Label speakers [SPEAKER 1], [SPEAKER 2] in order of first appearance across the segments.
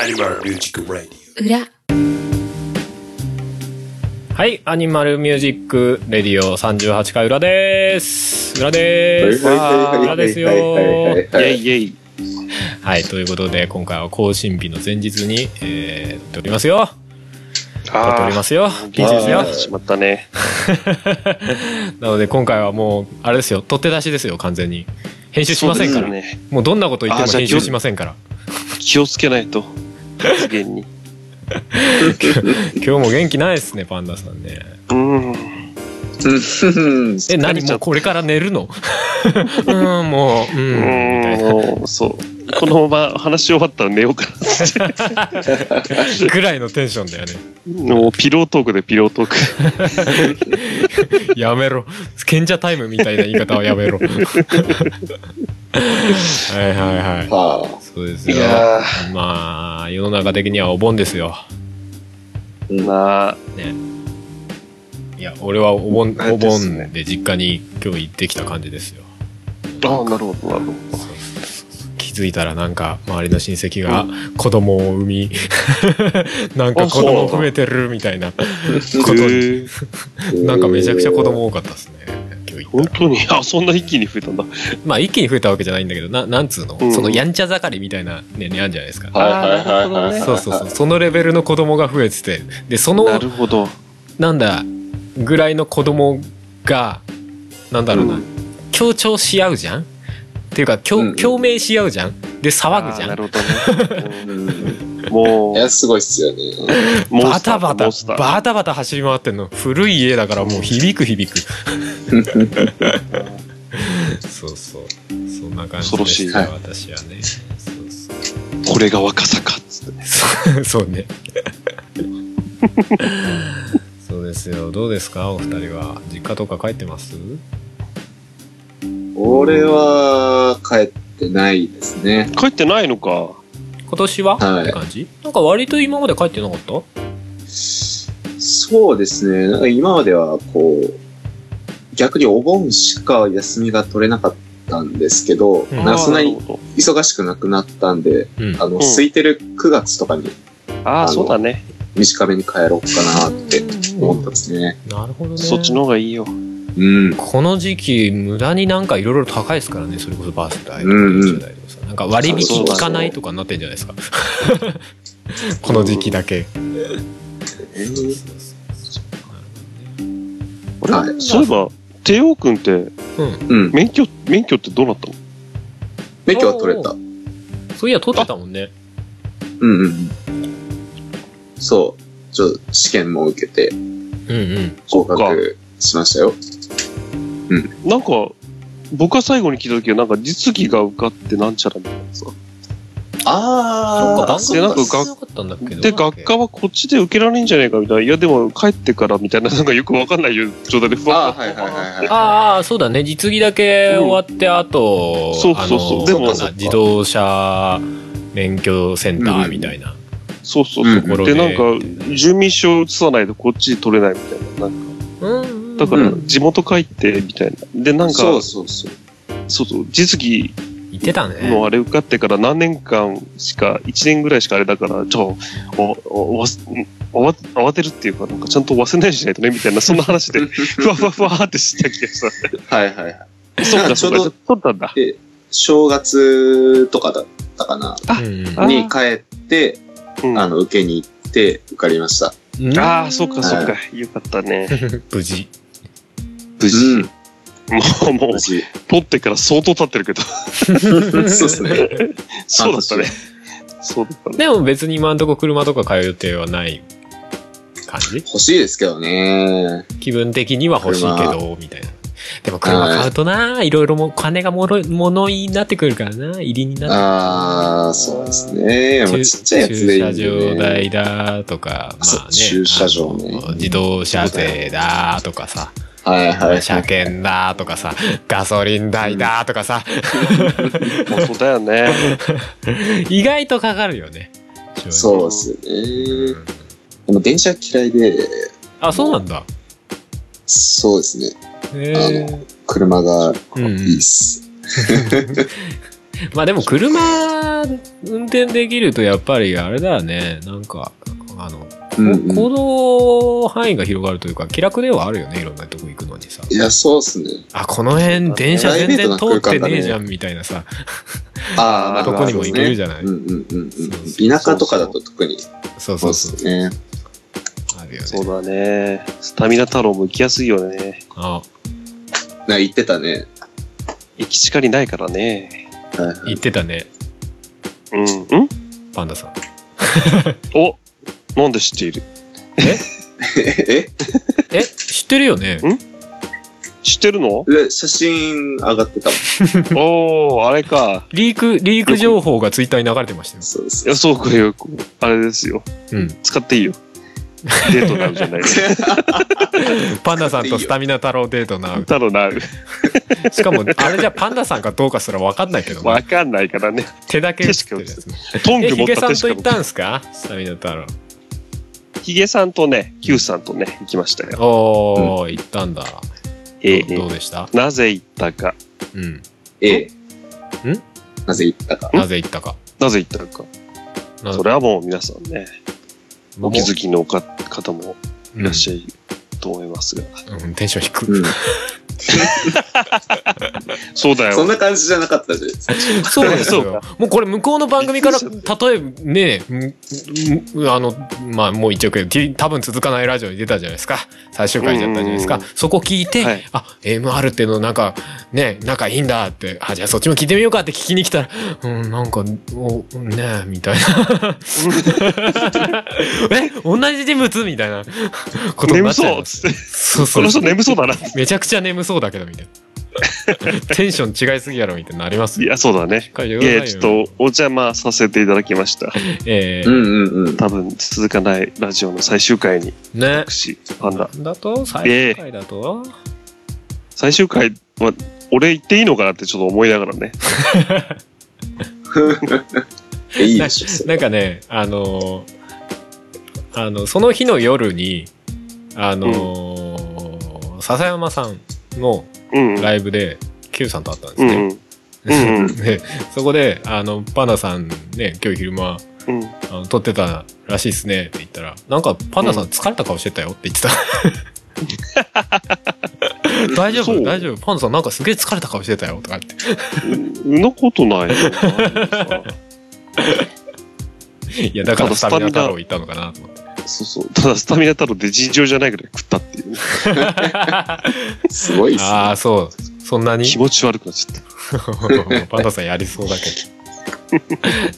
[SPEAKER 1] アニマルミュージックラディ
[SPEAKER 2] 裏。
[SPEAKER 3] はい、アニマルミュージックレディオ38回裏です。裏でーす。
[SPEAKER 4] はい
[SPEAKER 3] 裏ですよ
[SPEAKER 4] はい
[SPEAKER 3] ー。
[SPEAKER 4] は
[SPEAKER 5] イ
[SPEAKER 4] い
[SPEAKER 5] ェイイェイ。
[SPEAKER 3] はい、ということで、今回は更新日の前日に、えー、撮っておりますよ。撮っておりますよ。ピーチですよ
[SPEAKER 4] あ。ー
[SPEAKER 5] しまったね。
[SPEAKER 3] なので、今回はもう、あれですよ、取って出しですよ、完全に。編集しませんから。
[SPEAKER 5] そうですね。
[SPEAKER 3] もうどんなこと言って
[SPEAKER 5] あ
[SPEAKER 3] も
[SPEAKER 5] ーじゃあ
[SPEAKER 3] 編集しませんから。
[SPEAKER 5] 気をつけないと。発言に。
[SPEAKER 3] 今日も元気ないですね、パンダさんね。
[SPEAKER 5] うん。
[SPEAKER 3] え、
[SPEAKER 5] 疲
[SPEAKER 3] 何
[SPEAKER 5] れちゃ
[SPEAKER 3] も
[SPEAKER 5] った
[SPEAKER 3] うこれから寝るの うん、もう、うん、みたいな
[SPEAKER 5] うん。もう、そう。このまま話し終わったら寝ようか なって。
[SPEAKER 3] ぐらいのテンションだよね。
[SPEAKER 5] もうピロートークでピロートーク。
[SPEAKER 3] やめろ。賢者タイムみたいな言い方はやめろ。はいはいはい。
[SPEAKER 4] はあ、
[SPEAKER 3] そうです
[SPEAKER 5] い
[SPEAKER 3] よ。
[SPEAKER 5] や
[SPEAKER 3] まあ、世の中的にはお盆ですよ。
[SPEAKER 5] ー、なあ、
[SPEAKER 3] いや、俺はお盆、
[SPEAKER 5] そう
[SPEAKER 3] お
[SPEAKER 5] ですね
[SPEAKER 3] 盆で実家に今日行ってきた感じですよ。
[SPEAKER 5] あなるほど、なるほ
[SPEAKER 3] 気づいたらなんか周りの親戚が子供を産み、 なんか子供増えてるみたいなことに、
[SPEAKER 5] ど。へえ、
[SPEAKER 3] なんかめちゃくちゃ子供多かったですね。今日行
[SPEAKER 5] 本
[SPEAKER 3] ったら
[SPEAKER 5] 当に、あ、そんな一気に増えたんだ。
[SPEAKER 3] まあ一気に増えたわけじゃないんだけど、ななんつうの、
[SPEAKER 5] うん
[SPEAKER 3] そのやんちゃ盛りみたいなね、ねあんじゃないですか。
[SPEAKER 4] はいはいはいはいはい。
[SPEAKER 3] そうそうそう。そのレベルの子供が増えてて、で、その、
[SPEAKER 5] なるほど。
[SPEAKER 3] なんだ、ぐらいの子供が、なんだろうな、
[SPEAKER 5] う
[SPEAKER 3] 協調し合うじゃんっていうか、共,、
[SPEAKER 4] うんうん
[SPEAKER 3] 共鳴し合うじゃんで、騒ぐじ
[SPEAKER 5] あ
[SPEAKER 3] ゃ
[SPEAKER 5] なんるほどね。
[SPEAKER 4] うん。
[SPEAKER 5] うんも
[SPEAKER 4] いうや、すごいっすよね。、
[SPEAKER 5] モン
[SPEAKER 3] バ
[SPEAKER 5] スタ
[SPEAKER 3] タ
[SPEAKER 5] ー
[SPEAKER 3] バタ
[SPEAKER 5] モンスタ、ー
[SPEAKER 3] バタバタ走り回ってんの。古い家だからもう響く響く。そうそう。そんな感じ
[SPEAKER 5] 恐
[SPEAKER 3] で
[SPEAKER 5] ろしい
[SPEAKER 3] した、私はね。そうそう
[SPEAKER 5] これが若さかっつって。
[SPEAKER 3] そう そうね。 そうですよ。どうですかお二人は。実家とか帰ってます
[SPEAKER 4] 俺は、帰ってないですね。
[SPEAKER 5] 帰ってないのか。
[SPEAKER 3] 今年は、
[SPEAKER 4] はい
[SPEAKER 3] って感じなんか割と今まで帰ってなかった
[SPEAKER 4] そうですね。なんか今までは、こう、逆にお盆しか休みが取れなかったんですけど、
[SPEAKER 3] ん
[SPEAKER 4] なんかそんな
[SPEAKER 5] あ
[SPEAKER 4] に
[SPEAKER 5] ーるほ
[SPEAKER 4] 忙しくなくなったんで、
[SPEAKER 3] うん。
[SPEAKER 4] あの、
[SPEAKER 5] ん
[SPEAKER 4] 空いてる9月とかに
[SPEAKER 5] どあ
[SPEAKER 4] あ
[SPEAKER 5] あ、
[SPEAKER 4] の
[SPEAKER 5] そうだね。
[SPEAKER 4] 短めに帰ろうかなって思ったんですね。
[SPEAKER 3] なるほどね。
[SPEAKER 5] そっちの。方がいいよ。
[SPEAKER 4] うん。
[SPEAKER 3] この時期、無駄になんかいろいろ高いですからね。それこそバース代とか、
[SPEAKER 4] うんうん
[SPEAKER 3] 電車代とかさなんか割引効かないとかになってんじゃないですか。 この時期だけ。
[SPEAKER 4] え
[SPEAKER 3] そうそう
[SPEAKER 4] ー
[SPEAKER 3] そうなる
[SPEAKER 4] はい
[SPEAKER 5] そういえば、帝王くんって、
[SPEAKER 3] ほどね
[SPEAKER 4] うん。
[SPEAKER 5] 免許、免許ってどうなったの
[SPEAKER 4] 免許は取れた。
[SPEAKER 3] うん。そういや、取ってたもんね。
[SPEAKER 4] うんうんうん。そう。ちょ、試験も受けて
[SPEAKER 3] うんうん。
[SPEAKER 4] 合格しましたよ。
[SPEAKER 5] なんか、僕が最後に聞いた時は、なんか実技が受かってなんちゃらみたいなさ。
[SPEAKER 4] あ
[SPEAKER 3] そっか、
[SPEAKER 4] あ
[SPEAKER 3] 番組
[SPEAKER 5] でなん
[SPEAKER 3] が
[SPEAKER 5] か
[SPEAKER 3] な
[SPEAKER 5] 学
[SPEAKER 3] かったんだっけど。
[SPEAKER 5] で、学科はこっちで受けられんじゃねえかみたいな。いや、でも帰ってからみたいな、なんかよくわかんない状態でふわ
[SPEAKER 4] あ
[SPEAKER 5] っ
[SPEAKER 4] ーはい
[SPEAKER 5] と。
[SPEAKER 4] はいはいはい。
[SPEAKER 3] ああ、そうだね。実技だけ終わって、あと、
[SPEAKER 5] そうそうそう
[SPEAKER 3] あの
[SPEAKER 5] でも
[SPEAKER 3] なんだ
[SPEAKER 4] そっか
[SPEAKER 3] 自動車免許センターみたいな。
[SPEAKER 5] そうそう
[SPEAKER 4] う
[SPEAKER 5] そ
[SPEAKER 4] ん
[SPEAKER 3] ところ
[SPEAKER 5] う。
[SPEAKER 3] で
[SPEAKER 5] で、なんか、住民証移さないとこっち取れないみたいな。なんか
[SPEAKER 3] うんうん
[SPEAKER 5] だか
[SPEAKER 4] う
[SPEAKER 5] ら、
[SPEAKER 4] ん
[SPEAKER 5] 地元帰ってみたいな。で、なんか、
[SPEAKER 4] そうそうそう。
[SPEAKER 5] そうそう、実技
[SPEAKER 3] 言ってたね。
[SPEAKER 5] のあれ受かってから何年間しか、1年ぐらいしかあれだから、ちょ、お、お、忘おわ慌てるっていうか、なんかちゃんと忘れないようにしないとね、みたいな、そんな話で、ふわふわふわーってした気がし た。
[SPEAKER 4] はいはいはい。
[SPEAKER 5] そ
[SPEAKER 4] な
[SPEAKER 5] う
[SPEAKER 4] んか
[SPEAKER 5] か、
[SPEAKER 4] ちょ
[SPEAKER 5] そ
[SPEAKER 4] ど
[SPEAKER 5] ううか、じゃあ取ったんだ。
[SPEAKER 4] で、正月とかだったかな。
[SPEAKER 3] うんうん
[SPEAKER 5] あ
[SPEAKER 4] に帰って、
[SPEAKER 5] うん
[SPEAKER 4] あの、受けに行って受かりました。
[SPEAKER 3] うん
[SPEAKER 5] ああ、そっかそっか。よかったね。
[SPEAKER 3] 無事。
[SPEAKER 5] 無事。
[SPEAKER 4] うん。
[SPEAKER 5] もう、もう
[SPEAKER 4] 無、事。
[SPEAKER 5] 取ってから相当経ってるけど。
[SPEAKER 4] そうですね。
[SPEAKER 5] そうだったね。そうだったね。
[SPEAKER 3] でも別に今んとこ車とか買う予定はない感じ
[SPEAKER 4] 欲しいですけどね。
[SPEAKER 3] 気分的には欲しいけど、みたいな。でも車買うとな、いろいろも金がもろ物になってくるからな、入りになってくる
[SPEAKER 4] ああ、そうですね。もうちっちゃいやつでいいんで、ね。
[SPEAKER 3] 駐車場代だとか、
[SPEAKER 4] そう
[SPEAKER 3] まあね、
[SPEAKER 4] 駐車場ね
[SPEAKER 3] あの自動車税だとかさ、
[SPEAKER 4] はいはいはい。
[SPEAKER 3] 車検だとかさ、ガソリン代だとかさ、
[SPEAKER 5] もうそうだよね。
[SPEAKER 3] 意外とかかるよね。正直
[SPEAKER 4] そうですね。でも電車嫌いで、
[SPEAKER 3] あ、そうなんだ。
[SPEAKER 4] そうですね。
[SPEAKER 3] へー
[SPEAKER 4] 車が
[SPEAKER 3] うんう
[SPEAKER 4] いい
[SPEAKER 3] ん
[SPEAKER 4] っす。
[SPEAKER 3] まあでも車運転できるとやっぱりあれだよね。なんか、あの、
[SPEAKER 4] うんうん
[SPEAKER 3] 行動範囲が広がるというか、気楽ではあるよね。いろんなとこ行くのにさ。
[SPEAKER 4] いや、そうっすね。
[SPEAKER 3] あ、この辺電車全然通ってねえじゃんみたいなさ、
[SPEAKER 4] ああ、
[SPEAKER 3] とこにも行けるじゃない
[SPEAKER 4] うん。うんうんうん
[SPEAKER 3] そうそう
[SPEAKER 4] 田舎とかだと特に
[SPEAKER 3] そう
[SPEAKER 4] そ
[SPEAKER 3] そううそ
[SPEAKER 4] っ
[SPEAKER 3] う。
[SPEAKER 4] すね。
[SPEAKER 3] あるよ
[SPEAKER 5] そ
[SPEAKER 3] ね。
[SPEAKER 5] うだね。スタミナ太郎も行きやすいよね。
[SPEAKER 3] あ
[SPEAKER 4] なんか行ってたね。
[SPEAKER 5] 行きしかりないからね。
[SPEAKER 4] はいはい
[SPEAKER 3] 言ってたね、
[SPEAKER 5] うん。ん
[SPEAKER 3] パンダさん。
[SPEAKER 5] おなんで知っている
[SPEAKER 4] え
[SPEAKER 3] え、知ってるよね
[SPEAKER 5] 知ってるの
[SPEAKER 4] え写真上がってたもん。
[SPEAKER 5] おー、あれか。
[SPEAKER 3] リーク、リーク情報がツイッターに流れてましたよ。
[SPEAKER 4] そう
[SPEAKER 5] い
[SPEAKER 4] そう
[SPEAKER 5] や、。そうかよ。あれですよ。
[SPEAKER 3] うん。
[SPEAKER 5] 使っていいよ。デートになるじゃない
[SPEAKER 3] パンダさんとスタミナ太郎デート な。
[SPEAKER 5] 太郎なる。
[SPEAKER 3] し かも、あれじゃパンダさんかどうかすら分かんないけどね、
[SPEAKER 5] わかんないからね。
[SPEAKER 3] 手だけ映ってるやつね。
[SPEAKER 5] トン
[SPEAKER 3] え、
[SPEAKER 5] グ持
[SPEAKER 3] ヒ
[SPEAKER 5] っ
[SPEAKER 3] ゲ
[SPEAKER 5] た
[SPEAKER 3] さん
[SPEAKER 5] 手し
[SPEAKER 3] と行
[SPEAKER 5] か持
[SPEAKER 3] っ
[SPEAKER 5] って
[SPEAKER 3] たんすかスタミナ太郎。
[SPEAKER 5] ヒゲさんとね、ヒューさんとね、行きましたよ。
[SPEAKER 3] おー、行ったんだ。
[SPEAKER 5] ええ
[SPEAKER 3] どうでした
[SPEAKER 5] なぜ行ったか。
[SPEAKER 3] うん。
[SPEAKER 4] ええ。
[SPEAKER 3] ん
[SPEAKER 4] なぜ行ったか。
[SPEAKER 3] なぜ行ったか。
[SPEAKER 5] なぜ行ったか。
[SPEAKER 3] な
[SPEAKER 5] それはもう皆さんね、お気づきのか方も
[SPEAKER 3] い
[SPEAKER 5] いらっしゃいと思いますが。
[SPEAKER 3] うん、テンション低
[SPEAKER 4] うん。
[SPEAKER 5] そうだ
[SPEAKER 4] そん
[SPEAKER 5] よ。
[SPEAKER 4] な感じじゃなかったじゃないですか。
[SPEAKER 3] い。そうです
[SPEAKER 5] そう
[SPEAKER 3] よ。もうこれ向こうの番組から、例えばね、うんうんあの、まあもう一応言うけど、多分続かないラジオに出たじゃないですか。最終回だったじゃないです
[SPEAKER 5] う
[SPEAKER 3] か
[SPEAKER 5] んうん。
[SPEAKER 3] そこ聞いて、
[SPEAKER 5] はい
[SPEAKER 3] あ、MR っていうのなんか、ね、仲いいんだって、あ、じゃあそっちも聞いてみようかって聞きに来たら、うん、なんか、お、ねえ、みたいな。 え、同じ人物みたいなことにな
[SPEAKER 5] 眠
[SPEAKER 3] っちゃい
[SPEAKER 5] そうっ
[SPEAKER 3] ま
[SPEAKER 5] つ
[SPEAKER 3] す
[SPEAKER 5] って。
[SPEAKER 3] そう
[SPEAKER 5] こ
[SPEAKER 3] そう
[SPEAKER 5] の人眠そうだな。
[SPEAKER 3] めちゃくちゃ眠そうだけどみたい なテンション違いすぎやろみたいになります
[SPEAKER 5] いや、そうだね。
[SPEAKER 3] い
[SPEAKER 5] いや、ちょっとお邪魔させていただきました。
[SPEAKER 3] え
[SPEAKER 4] う
[SPEAKER 3] ー
[SPEAKER 4] んうんうん。
[SPEAKER 5] 多分続かないラジオの最終回に、
[SPEAKER 3] ね
[SPEAKER 5] 私、パンダ。
[SPEAKER 3] だと最終回だと、
[SPEAKER 5] 最終回は、俺行っていいのかなってちょっと思いながらね。
[SPEAKER 4] えいいでしょ、それ
[SPEAKER 3] なんかねあのーあのその日の夜にあのー笹山さんの
[SPEAKER 5] うん。うん
[SPEAKER 3] ライブで Q さんと会ったんです
[SPEAKER 5] う
[SPEAKER 3] ね、
[SPEAKER 5] ん。うんう ん
[SPEAKER 3] でそこであのパナさんね今日昼間
[SPEAKER 5] うん。
[SPEAKER 3] あの撮ってたらしいっすねって言ったら、なんかパンダさん疲れた顔してたよって言ってた。 大丈
[SPEAKER 5] そ
[SPEAKER 3] 夫
[SPEAKER 5] う
[SPEAKER 3] 大丈夫パンダさんなんかすげえ疲れた顔してたよとか言って。
[SPEAKER 5] うんなことないよ。
[SPEAKER 3] いや、だからス
[SPEAKER 5] た
[SPEAKER 3] タ
[SPEAKER 5] だ
[SPEAKER 3] ミナ太郎行ったのかなと思 って。
[SPEAKER 5] そうそう。ただ、スタミナ太郎で尋常じゃないぐらい食ったっていうね、
[SPEAKER 4] すごいっす
[SPEAKER 3] あ
[SPEAKER 4] ね。
[SPEAKER 3] あ、そう。そんなに
[SPEAKER 5] 気持ち悪くなっちゃっ た。
[SPEAKER 3] パンダさんやりそうだけど。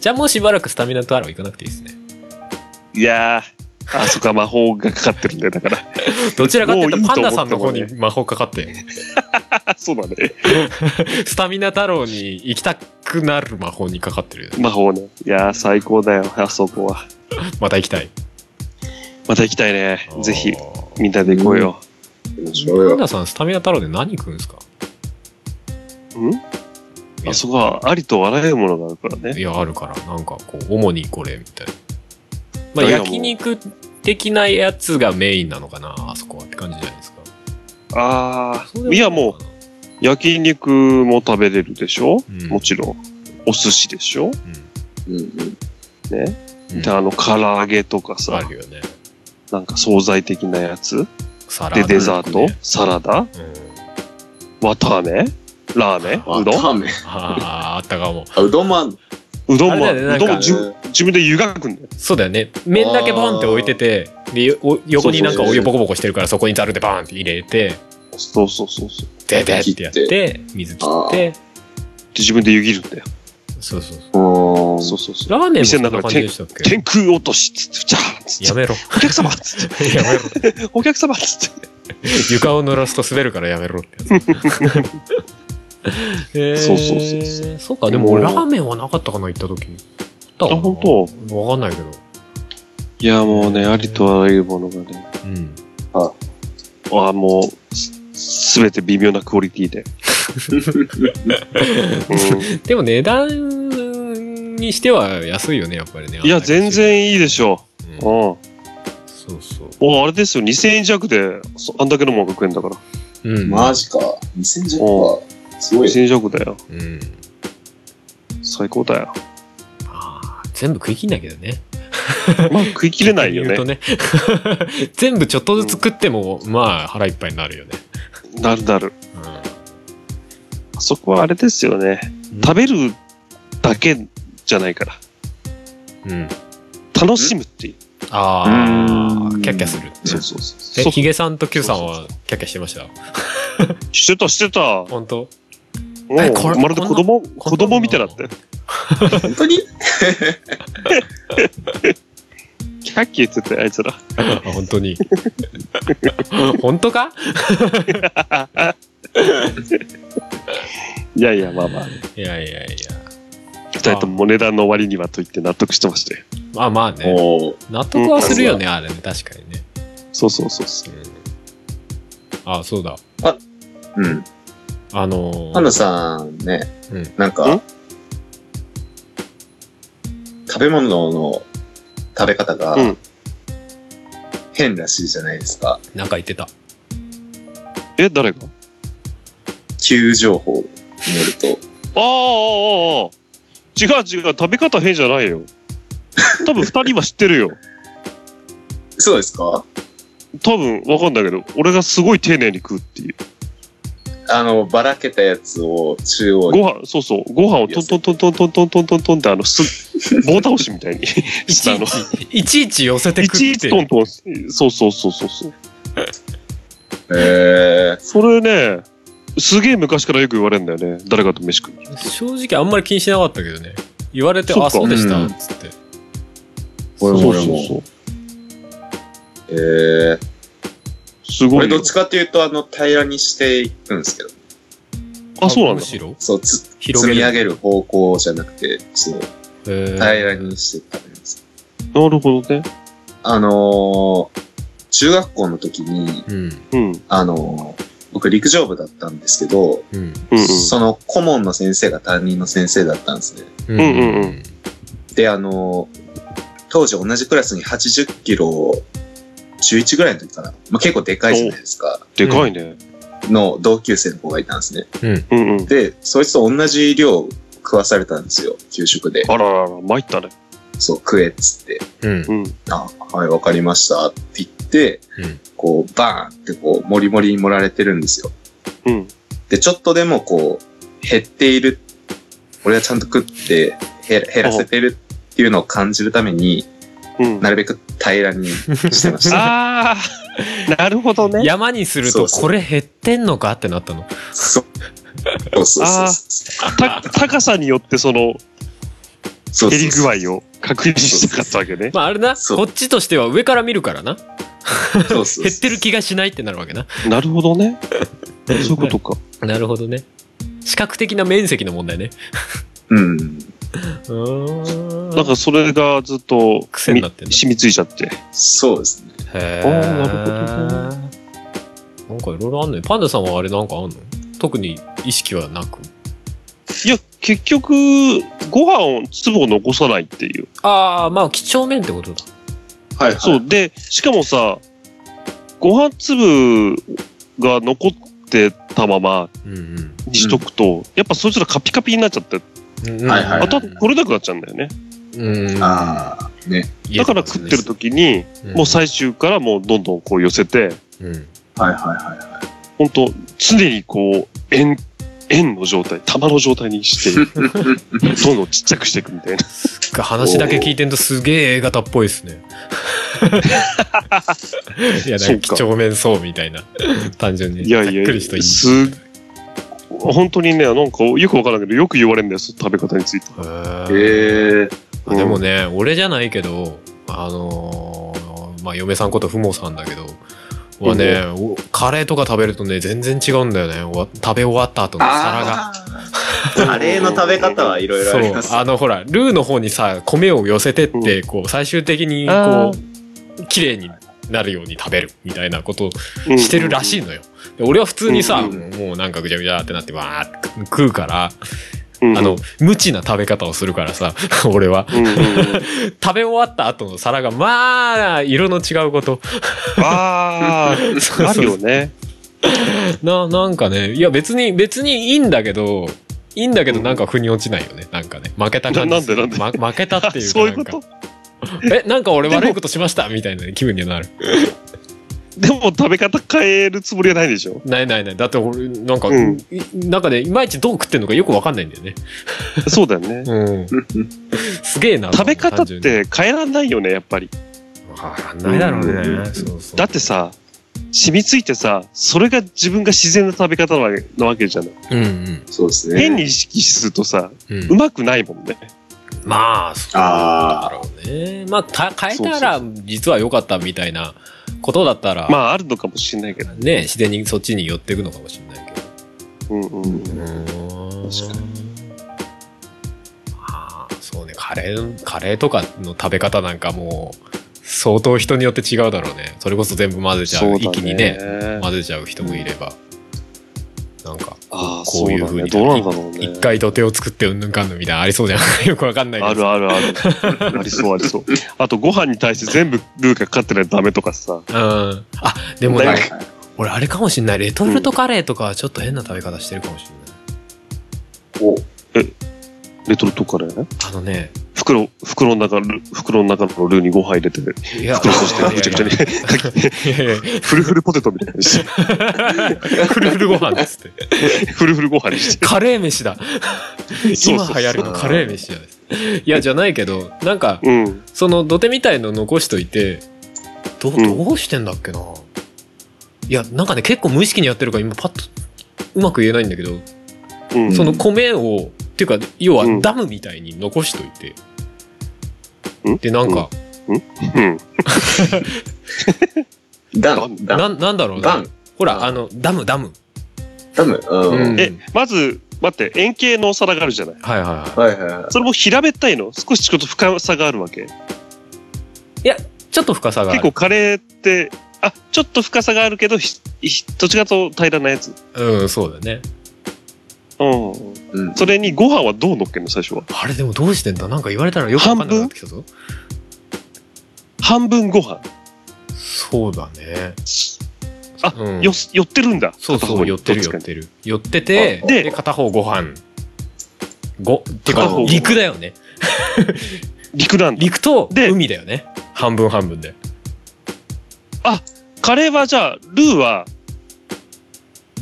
[SPEAKER 3] じゃあもうしばらくスタミナ太郎行かなくていいですね。
[SPEAKER 5] いやー、あ、そっか、魔法がかかってるんだよ、だから。
[SPEAKER 3] どちらかっていう
[SPEAKER 5] もうい
[SPEAKER 3] とパ
[SPEAKER 5] いと
[SPEAKER 3] ン
[SPEAKER 5] 思
[SPEAKER 3] ダ
[SPEAKER 5] って
[SPEAKER 3] さんの方
[SPEAKER 5] も
[SPEAKER 3] に
[SPEAKER 5] ね
[SPEAKER 3] 魔法かかってる、
[SPEAKER 5] あそうだね。
[SPEAKER 3] スタミナ太郎に行きたくなる魔法にかかってるよね。
[SPEAKER 5] 魔法ね。いやー、最高だよ、あそこは。
[SPEAKER 3] また行きたい。
[SPEAKER 5] また行きたいね。ぜひ、
[SPEAKER 3] あ
[SPEAKER 5] みんなで行こうよ。
[SPEAKER 4] 面
[SPEAKER 3] ー。
[SPEAKER 4] 白
[SPEAKER 3] パ
[SPEAKER 4] い
[SPEAKER 3] ン
[SPEAKER 4] わ
[SPEAKER 3] ダさんスタミナ太郎で何食うんですか
[SPEAKER 5] うんあそこは、ありとあらゆるものがあるからね。
[SPEAKER 3] いや、あるから、なんかこう、主にこれみたいな。まあ、
[SPEAKER 5] いやもう
[SPEAKER 3] 焼肉的なやつがメインなのかな、あそこはって感じじゃないですか。
[SPEAKER 5] あ
[SPEAKER 3] そうで
[SPEAKER 5] ー、いや、もう、焼肉も食べれるでしょ、
[SPEAKER 3] うん
[SPEAKER 5] もちろん。お寿司でし
[SPEAKER 3] う、
[SPEAKER 5] ょ
[SPEAKER 4] うんうん。
[SPEAKER 5] ね。
[SPEAKER 3] ん、うん
[SPEAKER 5] で、あの、唐揚げとかさ
[SPEAKER 3] あ、るよね。
[SPEAKER 5] なんか惣菜的なやつ。
[SPEAKER 3] サラダ
[SPEAKER 5] で、
[SPEAKER 3] とかね
[SPEAKER 5] デザート、サラダ、
[SPEAKER 3] うん
[SPEAKER 5] わたあめ、ラーメン、う
[SPEAKER 4] わ
[SPEAKER 5] どん
[SPEAKER 4] かめ。
[SPEAKER 3] ああ、あったかも。
[SPEAKER 4] あ、うどんまん。
[SPEAKER 5] うどんも、
[SPEAKER 3] あれだよね
[SPEAKER 5] うどん
[SPEAKER 3] な
[SPEAKER 5] も
[SPEAKER 3] んか
[SPEAKER 5] 自分自分で湯がくんだよ。
[SPEAKER 3] そうだよね。麺だけバンって置いてて、で、お横になんかお湯ボコボコしてるから、そこにザルでバーンって入れて、
[SPEAKER 5] そうそうそうそう。
[SPEAKER 3] ででってやっ、
[SPEAKER 4] 切って
[SPEAKER 3] 水切って、
[SPEAKER 5] で自分で湯切るんだよ。
[SPEAKER 3] そうそうそう。
[SPEAKER 4] う
[SPEAKER 5] そ
[SPEAKER 4] ー
[SPEAKER 5] うそうそう。
[SPEAKER 3] ラーメンもそ
[SPEAKER 5] 店
[SPEAKER 3] ん
[SPEAKER 5] の
[SPEAKER 3] な
[SPEAKER 5] 中で
[SPEAKER 3] 感じでしたっけ
[SPEAKER 5] 天空落とし、つって、じゃあ、つ
[SPEAKER 3] や
[SPEAKER 5] って、
[SPEAKER 3] め ろ。
[SPEAKER 5] お客様、つ って、
[SPEAKER 3] やめろ。
[SPEAKER 5] お客様、つって。
[SPEAKER 3] 床を濡らすと滑るからやめろって やつ。えー、
[SPEAKER 5] そうそうそうそ
[SPEAKER 3] そうか、でも俺ラーメンはなかったかな、行った時に。あ
[SPEAKER 5] あ本
[SPEAKER 3] 当わかんないけど。
[SPEAKER 5] いや、もうね、ありとあらゆるものがね、
[SPEAKER 3] うん。
[SPEAKER 5] あもう、すすべて微妙なクオリティで。う
[SPEAKER 3] でも値段にしては安いよね、やっぱりね。
[SPEAKER 5] んいや、全然いいでしょ
[SPEAKER 3] うん。
[SPEAKER 5] う。うん。
[SPEAKER 3] そうそう。
[SPEAKER 5] おあれですよ、2000円弱で、そあんだけのものが食えんだから。
[SPEAKER 3] うん。
[SPEAKER 4] マジか。2010は、すごい。
[SPEAKER 5] 2000円弱だよ。
[SPEAKER 3] うん。
[SPEAKER 5] 最高だ よ。
[SPEAKER 3] あー全部食い切んないけどね。
[SPEAKER 5] まあ食い切れないよね
[SPEAKER 3] 逆。に言うとね 全部ちょっとずつ食っても、まあ腹いっぱいになるよね。
[SPEAKER 5] なるなる。
[SPEAKER 3] うん
[SPEAKER 5] あそこはあれですよね。食べるだけじゃないから。
[SPEAKER 3] うん。
[SPEAKER 5] 楽しむっていう。
[SPEAKER 3] あ
[SPEAKER 4] う
[SPEAKER 3] あ、
[SPEAKER 4] ん
[SPEAKER 3] キャッキャする。
[SPEAKER 5] そうそうそう。
[SPEAKER 3] え、
[SPEAKER 5] そう
[SPEAKER 3] ヒゲさんと Q さん
[SPEAKER 5] そう
[SPEAKER 3] はキャッキャしてました
[SPEAKER 5] してた、してた。
[SPEAKER 3] 本当
[SPEAKER 5] もう
[SPEAKER 3] えこれ
[SPEAKER 5] まるで子供、
[SPEAKER 3] こんな
[SPEAKER 5] 子供みたいだったよ。
[SPEAKER 4] 本当に
[SPEAKER 5] キャッキーって言ってたよあいつら。
[SPEAKER 3] あ本当に。本当か
[SPEAKER 5] いやいや、まあまあ。
[SPEAKER 3] いやいやいや。
[SPEAKER 5] 二人とも値段の割にはと言って納得してましたよ。
[SPEAKER 3] まあまあね。
[SPEAKER 4] おー
[SPEAKER 3] 納得はするよね、あれね。確かにね。
[SPEAKER 5] そうそうそうそう。
[SPEAKER 3] うん、あ、そうだ。
[SPEAKER 4] うん。
[SPEAKER 3] あのー
[SPEAKER 4] ハンナさんね、
[SPEAKER 3] うん
[SPEAKER 4] なんか
[SPEAKER 5] ん、
[SPEAKER 4] 食べ物の食べ方が
[SPEAKER 5] うん
[SPEAKER 4] 変らしいじゃないですか。
[SPEAKER 3] なんか言ってた。
[SPEAKER 5] え、誰が
[SPEAKER 4] 急情報によると。
[SPEAKER 5] ああ、ああ、ああ。違う違う。食べ方変じゃないよ。多分二人は知ってるよ。
[SPEAKER 4] そうですか
[SPEAKER 5] 多分わかんないけど、俺がすごい丁寧に食うっていう。
[SPEAKER 4] あの、ばらけたやつを中央
[SPEAKER 5] ご
[SPEAKER 4] に。
[SPEAKER 5] 飯、そうそう。ご飯をトントントントントントントントントンって、あの、す、棒倒しみたいに
[SPEAKER 3] い
[SPEAKER 5] し
[SPEAKER 3] ち
[SPEAKER 5] た
[SPEAKER 3] い
[SPEAKER 5] の。
[SPEAKER 3] ち、いちいち寄せて
[SPEAKER 5] い
[SPEAKER 3] くって
[SPEAKER 5] ちいちトントン、そうそうそうそうそう。
[SPEAKER 4] えー、
[SPEAKER 5] それね、すげえ昔からよく言われるんだよね。誰かと飯食う。
[SPEAKER 3] 正直あんまり気にしなかったけどね。言われて、
[SPEAKER 5] そっか
[SPEAKER 3] あ、そうでした、
[SPEAKER 4] うん
[SPEAKER 3] つって。
[SPEAKER 4] 俺も
[SPEAKER 5] そう
[SPEAKER 4] 俺
[SPEAKER 5] そ
[SPEAKER 4] も
[SPEAKER 5] うそう。
[SPEAKER 4] えー、
[SPEAKER 5] すご
[SPEAKER 4] 俺
[SPEAKER 5] い
[SPEAKER 4] どっ
[SPEAKER 5] よ。
[SPEAKER 4] ちかっていうと、あの、平らにしていくんですけど、
[SPEAKER 5] あ、そうなん
[SPEAKER 3] む
[SPEAKER 5] だ。
[SPEAKER 3] しろ
[SPEAKER 4] そう、つ
[SPEAKER 3] 広
[SPEAKER 4] 積み
[SPEAKER 3] げる。
[SPEAKER 4] 上げる方向じゃなくて、そう、
[SPEAKER 3] へー
[SPEAKER 4] 平らにして食べます。
[SPEAKER 5] なるほどね。
[SPEAKER 4] あのー、中学校の時に、
[SPEAKER 3] うん。
[SPEAKER 5] うん。
[SPEAKER 4] あのー、僕陸上部だったんですけど、
[SPEAKER 3] うん。
[SPEAKER 5] うんうん。
[SPEAKER 4] その顧問の先生が担任の先生だったんですね。
[SPEAKER 3] うん
[SPEAKER 5] うんうん
[SPEAKER 4] で、あのー、当時同じクラスに80キロ、11ぐらいの時かな。まあ、結構でかいじゃないですか。
[SPEAKER 5] でかいね。
[SPEAKER 4] の同級生の子がいたんですね。
[SPEAKER 5] うんうん。
[SPEAKER 4] で、そいつと同じ量食わされたんですよ。給食で。
[SPEAKER 5] あららら、参ったね。
[SPEAKER 4] そう、食えっつって。
[SPEAKER 3] うん。
[SPEAKER 5] うん。
[SPEAKER 4] あ、はい、わかりましたって言って、
[SPEAKER 3] うん
[SPEAKER 4] こう、バーンってこう、もりもりに盛られてるんですよ。
[SPEAKER 5] うん。
[SPEAKER 4] で、ちょっとでもこう、減っている、俺はちゃんと食って、へ減らせてるっていうのを感じるために、
[SPEAKER 5] うん。
[SPEAKER 4] なるべく平らにして ました。
[SPEAKER 5] ああ、 なるほどね。
[SPEAKER 3] 山にする
[SPEAKER 4] そ
[SPEAKER 3] と、
[SPEAKER 4] うそう
[SPEAKER 3] これ減ってんのかってなったの。
[SPEAKER 4] そうそうそうそうそ
[SPEAKER 5] た高さによってその
[SPEAKER 4] う。
[SPEAKER 5] 減り具
[SPEAKER 4] 合。
[SPEAKER 5] 合を確認したかったわけね。
[SPEAKER 3] まああれな、
[SPEAKER 4] そう
[SPEAKER 3] こっちとしては上から見るからな。
[SPEAKER 4] そうそうそう
[SPEAKER 3] 減ってる気がしないってなるわけな。
[SPEAKER 5] なるほどね。そういうことか。
[SPEAKER 3] なるほどね。視覚的な面積の問題ね。
[SPEAKER 4] うん。
[SPEAKER 3] うーん。
[SPEAKER 5] なんかそれがずっと
[SPEAKER 3] 癖になってんだ
[SPEAKER 5] 染みついちゃって。
[SPEAKER 4] そうですね。
[SPEAKER 3] へ
[SPEAKER 5] あーな
[SPEAKER 3] ーなんかいろいろあんね。パンダさんはあれなんかあんの特に意識はなく。
[SPEAKER 5] いや、結局、ご飯を粒を残さないっていう。
[SPEAKER 3] ああ、まあ、几帳面ってことだ。
[SPEAKER 4] はい、はい。
[SPEAKER 5] そう。で、しかもさ、ご飯粒が残ってたまま
[SPEAKER 3] うん
[SPEAKER 5] にしとくと、やっぱそいつらカピカピになっちゃって、
[SPEAKER 3] うん。
[SPEAKER 4] はいはい
[SPEAKER 5] あとは取れなくなっちゃうんだよね。
[SPEAKER 3] うん。
[SPEAKER 4] ああ、ね。
[SPEAKER 5] だから食ってる
[SPEAKER 3] と、
[SPEAKER 5] 時に、
[SPEAKER 3] ん
[SPEAKER 5] もう最終からもうどんどんこう寄せて、
[SPEAKER 3] うん。
[SPEAKER 4] はいはいはい。
[SPEAKER 5] 本当常にこう、円、円の状態、玉の状態にして、どんどんちっちゃくしていくみたい な。
[SPEAKER 3] 話だけ聞いてるとすげえ A 型っぽいです ね。いや、な
[SPEAKER 5] そ
[SPEAKER 3] ん
[SPEAKER 5] う
[SPEAKER 3] か、
[SPEAKER 5] か
[SPEAKER 3] 几帳面そうみたいな。単純に。
[SPEAKER 5] いやい
[SPEAKER 3] ざ
[SPEAKER 5] や
[SPEAKER 3] っく
[SPEAKER 5] い
[SPEAKER 3] りしとい
[SPEAKER 5] や、す、本当にね、なんかよくわからんけど、よく言われるんだよ、その食べ方について。
[SPEAKER 3] へー
[SPEAKER 4] ええー。
[SPEAKER 3] あでもね、俺じゃないけど、あのーまあ、嫁さんことふもさんだけど、はね、おカレーとか食べるとね、全然違うんだよね。おわ食べ終わった後の皿が。
[SPEAKER 4] あーカレーの食べ方はいろいろあります
[SPEAKER 3] そう、。あの、ほら、ルーの方にさ、米を寄せてって、こう、最終的に、
[SPEAKER 5] あ
[SPEAKER 3] こう、綺麗になるように食べる、みたいなことを
[SPEAKER 5] うん
[SPEAKER 3] してるらしいのよ。で俺は普通にさ、
[SPEAKER 4] うん
[SPEAKER 3] もうなんかぐちゃぐちゃってなって、わーって食うから、
[SPEAKER 5] うん
[SPEAKER 3] あの、無知な食べ方をするからさ、 俺は。
[SPEAKER 5] うんうんうん
[SPEAKER 3] 食べ終わった後の皿が、まあ、色の違うこと。
[SPEAKER 5] あ
[SPEAKER 3] そう
[SPEAKER 5] あ、あ
[SPEAKER 3] そう
[SPEAKER 5] るよね。
[SPEAKER 3] な、なんかね、いや別に、別にいいんだけど、いいんだけどなんか腑に落ちないよね、なんかね。負けた感じする
[SPEAKER 5] ななんで
[SPEAKER 3] ま負けたっていうか
[SPEAKER 5] そういうこと
[SPEAKER 3] なんかえなんか俺悪いことしましたみたいな気分にはなる
[SPEAKER 5] でも食べ方変えるつもりはないでしょ
[SPEAKER 3] ないないないだって俺なんか、
[SPEAKER 5] うん
[SPEAKER 3] いなんかねいまいちどう食ってんのかよくわかんないんだよね
[SPEAKER 5] そうだよね。
[SPEAKER 3] うんすげえな
[SPEAKER 5] 食べ方っ
[SPEAKER 3] 単純に
[SPEAKER 5] て変えらんないよね、やっぱり。
[SPEAKER 3] わかんないだろうね、
[SPEAKER 4] うん
[SPEAKER 3] そうそう
[SPEAKER 5] だってさ、染みついてさ、それが自分が自然な食べ方なわけなわけじゃない。
[SPEAKER 3] うんうん
[SPEAKER 4] そうですね。
[SPEAKER 5] 変に意識するとさ、
[SPEAKER 3] うん
[SPEAKER 5] うまくないもんね。
[SPEAKER 3] まあ、そうだろうね。まあ、か変えたら実は良かったみたいなことだったら、
[SPEAKER 5] まあ、あるのかもしれないけど。
[SPEAKER 3] ね、自然にそっちに寄っていくのかもしれないけど。
[SPEAKER 5] うんうん。
[SPEAKER 3] うーん
[SPEAKER 4] 確か
[SPEAKER 3] まあ、そうね、カレー、カレーとかの食べ方なんかもう、相当人によって違うだろうね。それこそ全部混ぜちゃう。
[SPEAKER 5] そうだね
[SPEAKER 3] 一気にね、混ぜちゃう人もいれば。なんか、
[SPEAKER 5] ああ、
[SPEAKER 3] こ
[SPEAKER 5] そうう
[SPEAKER 3] いう
[SPEAKER 5] いう
[SPEAKER 3] 風
[SPEAKER 5] 風
[SPEAKER 3] に
[SPEAKER 5] に。どうなんだろうね。
[SPEAKER 3] 一回土手を作ってうんぬんかんぬんみたいなのありそうじゃん。 よくわかんないけど
[SPEAKER 5] あるあるあ る。ありそうありそう。あと、ご飯に対して全部ルーがかかってないとダメとかさ。
[SPEAKER 3] うん。あ、でも
[SPEAKER 5] は
[SPEAKER 3] ね
[SPEAKER 4] は
[SPEAKER 5] いはいい
[SPEAKER 4] はい。
[SPEAKER 3] 俺あれかもしんないレトルトカレーとかはちょっと変な食べ方してるかもしんない、
[SPEAKER 4] お、
[SPEAKER 5] レトルトカレーね
[SPEAKER 3] あのね
[SPEAKER 5] 袋、袋の中のルー、袋の中のルーにご飯入れて、袋
[SPEAKER 3] いや
[SPEAKER 5] としてぐちゃぐちゃに、
[SPEAKER 3] いやいやい
[SPEAKER 5] フルフルポテトみたいにして、
[SPEAKER 3] やフルフルご飯っつって
[SPEAKER 5] フルフルご飯にして。
[SPEAKER 3] カレー飯だ
[SPEAKER 5] そうそうそう
[SPEAKER 3] 今流行るカレー飯じゃないですいやじゃないけどなんか
[SPEAKER 5] うん。
[SPEAKER 3] その土手みたいの残しといてど
[SPEAKER 5] ん
[SPEAKER 3] どうしてんだっけな、いやなんかね結構無意識にやってるから今パッとうまく言えないんだけど、
[SPEAKER 5] うん。
[SPEAKER 3] その米をっていうか要
[SPEAKER 5] う
[SPEAKER 3] は
[SPEAKER 5] ん
[SPEAKER 3] ダムみたいに残しといて、
[SPEAKER 5] うん
[SPEAKER 3] でなんか、
[SPEAKER 5] うん。
[SPEAKER 4] ダム、ダム、
[SPEAKER 3] ななんだろう
[SPEAKER 4] ダ
[SPEAKER 3] な
[SPEAKER 4] ム
[SPEAKER 3] ほ
[SPEAKER 4] うん
[SPEAKER 3] らあのダムダム
[SPEAKER 4] ダム。う
[SPEAKER 3] うん
[SPEAKER 4] ん。
[SPEAKER 5] え、まず、待って、円形のお皿があるじゃない。
[SPEAKER 3] はいはいは
[SPEAKER 4] はいはいはい。
[SPEAKER 5] それも平べったいの少しちょっと深さがあるわけ。
[SPEAKER 3] い。いや、ちょっと深さがあ
[SPEAKER 5] 結
[SPEAKER 3] る。
[SPEAKER 5] 構カレーって、あ、ちょっと深さがあるけど、ひひどっちかというと平らなやつ。
[SPEAKER 3] うん、そうだね。
[SPEAKER 5] うん。
[SPEAKER 4] うん。
[SPEAKER 5] それにご飯はどう乗っけんの最初は。
[SPEAKER 3] あれでもどうしてんだなんか言われたらよくわかんなくなってきたぞ。
[SPEAKER 5] 半分ご飯。
[SPEAKER 3] そうだね。
[SPEAKER 5] あ
[SPEAKER 3] うん
[SPEAKER 5] よ、寄ってるんだ。
[SPEAKER 3] そう
[SPEAKER 5] 片
[SPEAKER 3] そ
[SPEAKER 5] 方
[SPEAKER 3] う、
[SPEAKER 5] に
[SPEAKER 3] 寄ってる
[SPEAKER 5] どっち
[SPEAKER 3] 寄
[SPEAKER 5] か
[SPEAKER 3] っ
[SPEAKER 5] に
[SPEAKER 3] てる。寄ってて、
[SPEAKER 5] あで
[SPEAKER 3] で、片方ご飯。ご、て
[SPEAKER 5] 片
[SPEAKER 3] か
[SPEAKER 5] 方ご、飯
[SPEAKER 3] 陸だよね。
[SPEAKER 5] 陸なんだ。
[SPEAKER 3] 陸と
[SPEAKER 5] で
[SPEAKER 3] 海だよね。半分半分で。
[SPEAKER 5] カレーはじゃあ、ルーは、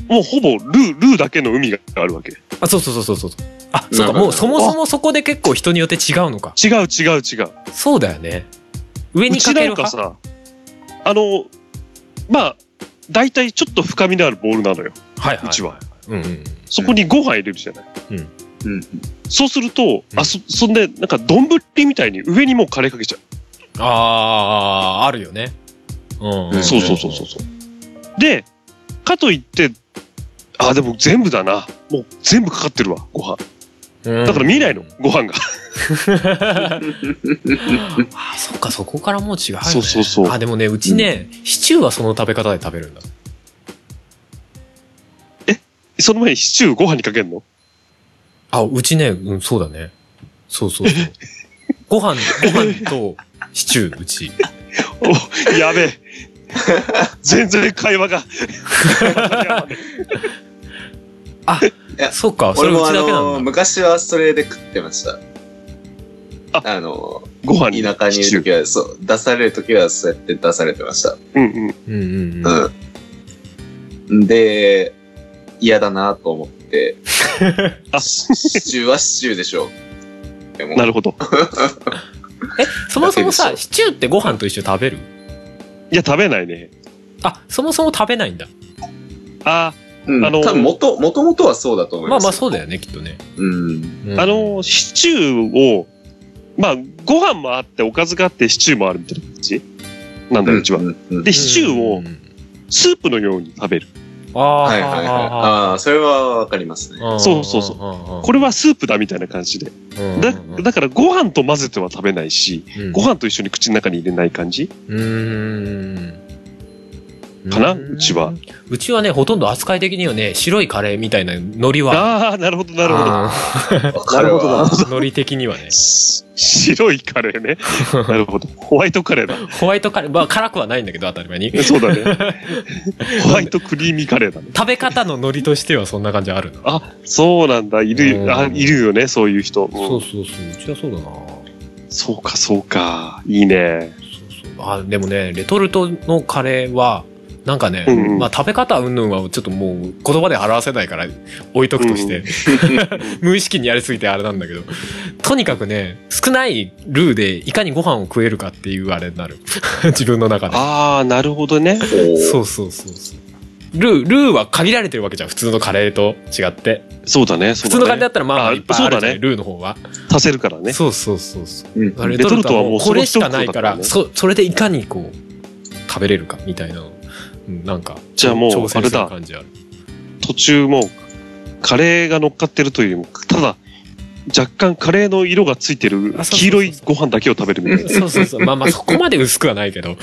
[SPEAKER 5] もうほぼルー、ルーだけの海があるわけ。
[SPEAKER 3] あ、そうそうそうそうそう。あ、そ
[SPEAKER 4] な
[SPEAKER 3] うか、
[SPEAKER 4] るほど
[SPEAKER 3] もうそもそもそこで結構人によって違うのか。
[SPEAKER 5] 違う違う違う。
[SPEAKER 3] そうだよね。上
[SPEAKER 5] う
[SPEAKER 3] にかけ
[SPEAKER 5] ちな
[SPEAKER 3] る
[SPEAKER 5] んか
[SPEAKER 3] 派
[SPEAKER 5] さ、あの、まあ、大体ちょっと深みのあるボールなのよ。
[SPEAKER 3] はいはいう
[SPEAKER 5] ちは。
[SPEAKER 3] うんうん。
[SPEAKER 5] そこにご飯入れるじゃない。
[SPEAKER 4] うん。
[SPEAKER 5] そうすると、
[SPEAKER 3] うん
[SPEAKER 5] あ、そ、そんで、なんか丼みたいに上にもうカレーかけちゃう。
[SPEAKER 3] あー、あるよね。うんん。
[SPEAKER 5] そうそうそうそうそう。で、かといって、あ、でも全部だな。もう全部かかってるわ、ご飯。
[SPEAKER 3] うん。
[SPEAKER 5] だから見ないの
[SPEAKER 3] うん、
[SPEAKER 5] ご飯が。
[SPEAKER 3] あそっかそこからもう違う、ね、
[SPEAKER 5] そうそうそう
[SPEAKER 3] あでもねうちね、シチューはその食べ方で食べるんだ
[SPEAKER 5] その前にシチューご飯にかけるの
[SPEAKER 3] あうちねうんそうだねそうそう そうご飯ご飯とシチューうち
[SPEAKER 5] お、やべえ。 全然会話が。
[SPEAKER 3] あ
[SPEAKER 4] いや
[SPEAKER 3] そっかそ
[SPEAKER 4] 俺
[SPEAKER 3] れう
[SPEAKER 4] もあ
[SPEAKER 3] ちだけな
[SPEAKER 4] の、
[SPEAKER 3] んだ
[SPEAKER 4] 昔はそれで食ってました。
[SPEAKER 5] あ
[SPEAKER 4] あの、
[SPEAKER 5] ご飯に。
[SPEAKER 4] 田舎にい
[SPEAKER 5] シ
[SPEAKER 4] る
[SPEAKER 5] チュ
[SPEAKER 4] とき
[SPEAKER 5] ー
[SPEAKER 4] は、そう、出されるときはそうやって出されてました。
[SPEAKER 5] うんうん。
[SPEAKER 3] うんうんうん
[SPEAKER 4] うん。で、嫌だなと思って、
[SPEAKER 5] あ、
[SPEAKER 4] シチューはシチューでしょ。でも
[SPEAKER 5] なるほど。
[SPEAKER 3] えそもそも
[SPEAKER 4] だけ
[SPEAKER 3] さ
[SPEAKER 4] で
[SPEAKER 3] シチューってご飯と一緒に食べる
[SPEAKER 5] いや、食べないね。
[SPEAKER 3] あそもそも食べないんだ
[SPEAKER 5] あ、
[SPEAKER 4] うん、
[SPEAKER 5] あの
[SPEAKER 4] 多分元、もともとはそうだと思い
[SPEAKER 3] まあ
[SPEAKER 4] ます。
[SPEAKER 3] まあそううだよねきっとね、
[SPEAKER 4] うん。
[SPEAKER 3] うん
[SPEAKER 5] あの、シチューを、まあ、ご飯もあって、おかずがあって、シチューもあるみたいな感じなんだよ、うちは
[SPEAKER 4] う。んうん
[SPEAKER 5] で、シチュー
[SPEAKER 3] う
[SPEAKER 5] を
[SPEAKER 3] んうん
[SPEAKER 5] スープのように食べる。
[SPEAKER 3] ああ
[SPEAKER 4] はいはいはい。ああー、それはわかりま すね。
[SPEAKER 3] あ
[SPEAKER 5] そうそうそうこれはスープだみたいな感じで。だだから、ご飯と混ぜては食べないし、ご飯と一緒に口の中に入れない感じ
[SPEAKER 3] うーん
[SPEAKER 5] かなうちは。
[SPEAKER 3] うちはね、ほとんど扱い的にはね、白いカレーみたいな海苔は。
[SPEAKER 5] ああ、なるほど、なるほど。
[SPEAKER 3] あ
[SPEAKER 4] わかる
[SPEAKER 5] なる
[SPEAKER 4] わ
[SPEAKER 5] ほ。
[SPEAKER 3] ー海苔的にはね。
[SPEAKER 5] し白いカレーね。 なるほど。ホワイトカレーだ。
[SPEAKER 3] ホワイトカレー、まあ辛くはないんだけど、当たり前に。
[SPEAKER 5] そ うだね。ホワイトクリーミーカレーだね。
[SPEAKER 3] 食べ方の海苔としてはそんな感じあるな。
[SPEAKER 5] あ、そうなんだ。いる、
[SPEAKER 3] うん
[SPEAKER 5] あ、いるよね、そういう人。うん
[SPEAKER 3] そうそうそう、うちはそうだな。
[SPEAKER 5] そうか、そうか。いいね。
[SPEAKER 3] そうそうあでもねレトルトのカレーはなんかね、
[SPEAKER 5] うんうん
[SPEAKER 3] まあ、食べ方云々はちょっともう言葉で表せないから置いとくとして、 無意識にやりすぎてあれなんだけどとにかくね少ないルーでいかにご飯を食えるかっていうあれになる 自分の中で
[SPEAKER 5] ああ、なるほどね。
[SPEAKER 3] そうそうそうそうルールーは限られてるわけじゃん普通のカレーと違って
[SPEAKER 5] そうだね。普
[SPEAKER 3] 普通のカレーだったらまあ
[SPEAKER 5] あ
[SPEAKER 3] いっぱいあるじゃない、
[SPEAKER 5] そうだね
[SPEAKER 3] ルーの方は、
[SPEAKER 5] 足せるからね。
[SPEAKER 3] そうそうそうそう
[SPEAKER 4] うん
[SPEAKER 3] あれ
[SPEAKER 5] レトルトはもう
[SPEAKER 3] これしかないから、
[SPEAKER 5] そ
[SPEAKER 3] そそれでいかにこう食べれるかみたいなのうんなんか
[SPEAKER 5] じゃあもう
[SPEAKER 3] 挑戦する
[SPEAKER 5] あれだ
[SPEAKER 3] 感じある
[SPEAKER 5] 途中もう、カレーが乗っかってるというよりも、ただ、若干カレーの色がついてる
[SPEAKER 3] あそうそうそう
[SPEAKER 5] 黄色いご飯だけを食べるみたいな。
[SPEAKER 3] そうそうそうまあ まあそこまで薄くはないけど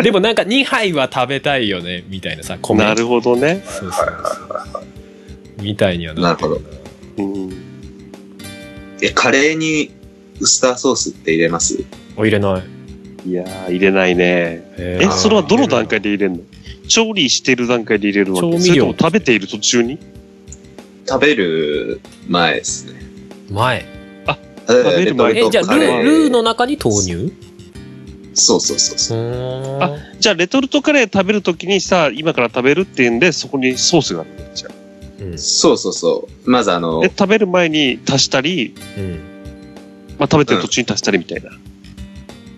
[SPEAKER 3] でもなんか2杯は食べたいよねみたいなさ米
[SPEAKER 5] なるほどね。
[SPEAKER 3] そうそうそうみたいにはなってる
[SPEAKER 4] な
[SPEAKER 5] うん。
[SPEAKER 4] え、カレーにウスターソースって入れます
[SPEAKER 3] お入れない
[SPEAKER 5] いやー、入れないね。
[SPEAKER 3] え
[SPEAKER 5] え、それはどの段階で入れるの調理してる段階で入れるわ
[SPEAKER 3] 調
[SPEAKER 5] け
[SPEAKER 3] 味料
[SPEAKER 5] それとも食べている途中に
[SPEAKER 4] 食べる前ですね。
[SPEAKER 3] 前
[SPEAKER 4] 食
[SPEAKER 5] べる前
[SPEAKER 3] えじゃあルールーの
[SPEAKER 4] の。
[SPEAKER 3] 中に投入
[SPEAKER 4] そうそうそうそう。
[SPEAKER 5] あじゃあ、レトルトカレー食べるときにさ、今から食べるっていうんで、そこにソースがあるんだよじゃあ
[SPEAKER 3] うん
[SPEAKER 4] そうそうそう。まずあの
[SPEAKER 5] で、、食べる前に足したり、
[SPEAKER 3] うん
[SPEAKER 5] まあ、食べてる途中に足したりみたいな。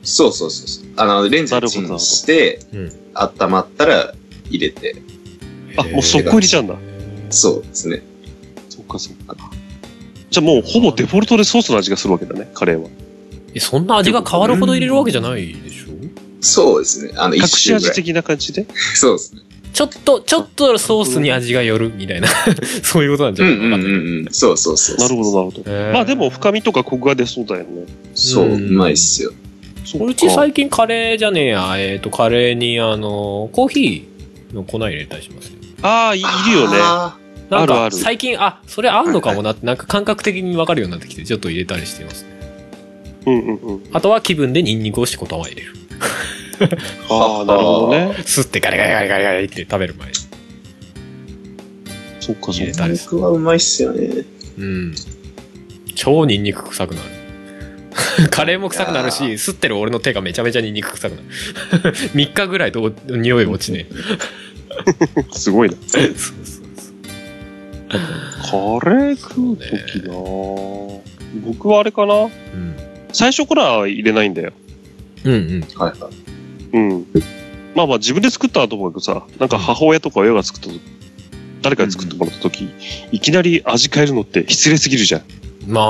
[SPEAKER 4] そうそうそうそう。あの、レンジでチ
[SPEAKER 5] なるほどなるほ
[SPEAKER 4] ン
[SPEAKER 5] ど
[SPEAKER 4] して、
[SPEAKER 3] うん
[SPEAKER 4] 温まったら入れて。
[SPEAKER 5] あもうそこ入れちゃうんだ
[SPEAKER 4] そうですね。
[SPEAKER 5] そっかそっか。じゃあもうほぼデフォルトでソースの味がするわけだね、カレーは。
[SPEAKER 3] えそんな味が変わるほど入れるわけじゃないでしょ
[SPEAKER 4] そうですね。あの、
[SPEAKER 5] 隠
[SPEAKER 4] 一
[SPEAKER 5] し
[SPEAKER 4] 周ぐ
[SPEAKER 5] 味
[SPEAKER 4] らい。
[SPEAKER 5] 的な感じで。
[SPEAKER 4] そうですね。
[SPEAKER 3] ちょっと、ちょっとソースに味がよるみたいな、 そういうことなんじ
[SPEAKER 4] う
[SPEAKER 3] ゃ
[SPEAKER 4] ん
[SPEAKER 3] ない
[SPEAKER 4] うんうんうん。そうそうそう。
[SPEAKER 5] なるほど、なるほど。まあでも深
[SPEAKER 3] み。
[SPEAKER 5] みとかコクが出そうだよね。
[SPEAKER 4] そう、
[SPEAKER 3] う
[SPEAKER 4] うんまいっすよ。
[SPEAKER 5] そ
[SPEAKER 3] 俺う
[SPEAKER 5] う
[SPEAKER 3] ち
[SPEAKER 5] か。
[SPEAKER 3] 最近カレーじゃねえや、えっ、と、カレーに、あの、コーヒーの粉入れたりしますよ。
[SPEAKER 5] ああ、いいるよね。
[SPEAKER 4] あ
[SPEAKER 3] なんか
[SPEAKER 5] あるある
[SPEAKER 3] 最近、あ、それ合うのかもなって、なんか感覚的にわかるようになってきて、ちょっと入れたりしてますね。
[SPEAKER 5] うんうんうん。
[SPEAKER 3] あとは気分でニンニクをして言葉を入れる。
[SPEAKER 5] ああ、なるほどね。
[SPEAKER 3] 吸ってガリガリガリガリガリって食べる前に
[SPEAKER 5] そっかそ
[SPEAKER 3] 入
[SPEAKER 5] っ
[SPEAKER 3] れ
[SPEAKER 5] か。
[SPEAKER 3] た
[SPEAKER 4] ー。
[SPEAKER 3] りする。
[SPEAKER 4] 肉はうまいっすよね。
[SPEAKER 3] うん。超ニンニク臭くなる。 カレーも臭くなるし、
[SPEAKER 4] いや
[SPEAKER 3] 吸ってる俺の手がめちゃめちゃニンニク臭くなる。3日ぐ らいと匂い落ちね
[SPEAKER 5] すごいな。カ
[SPEAKER 3] え。そうそうそう。
[SPEAKER 5] レー食うときな僕はあれかな
[SPEAKER 3] うん。
[SPEAKER 5] 最初からは入れないんだよ。
[SPEAKER 3] うんうん。
[SPEAKER 4] はいはい。
[SPEAKER 5] うん。まあまあ自分で作ったと思うけどさ、なんか母親とか親が作ったと、誰かに作ってもらったとき、いきなり味変えるのって失礼すぎるじゃん。
[SPEAKER 3] まあ、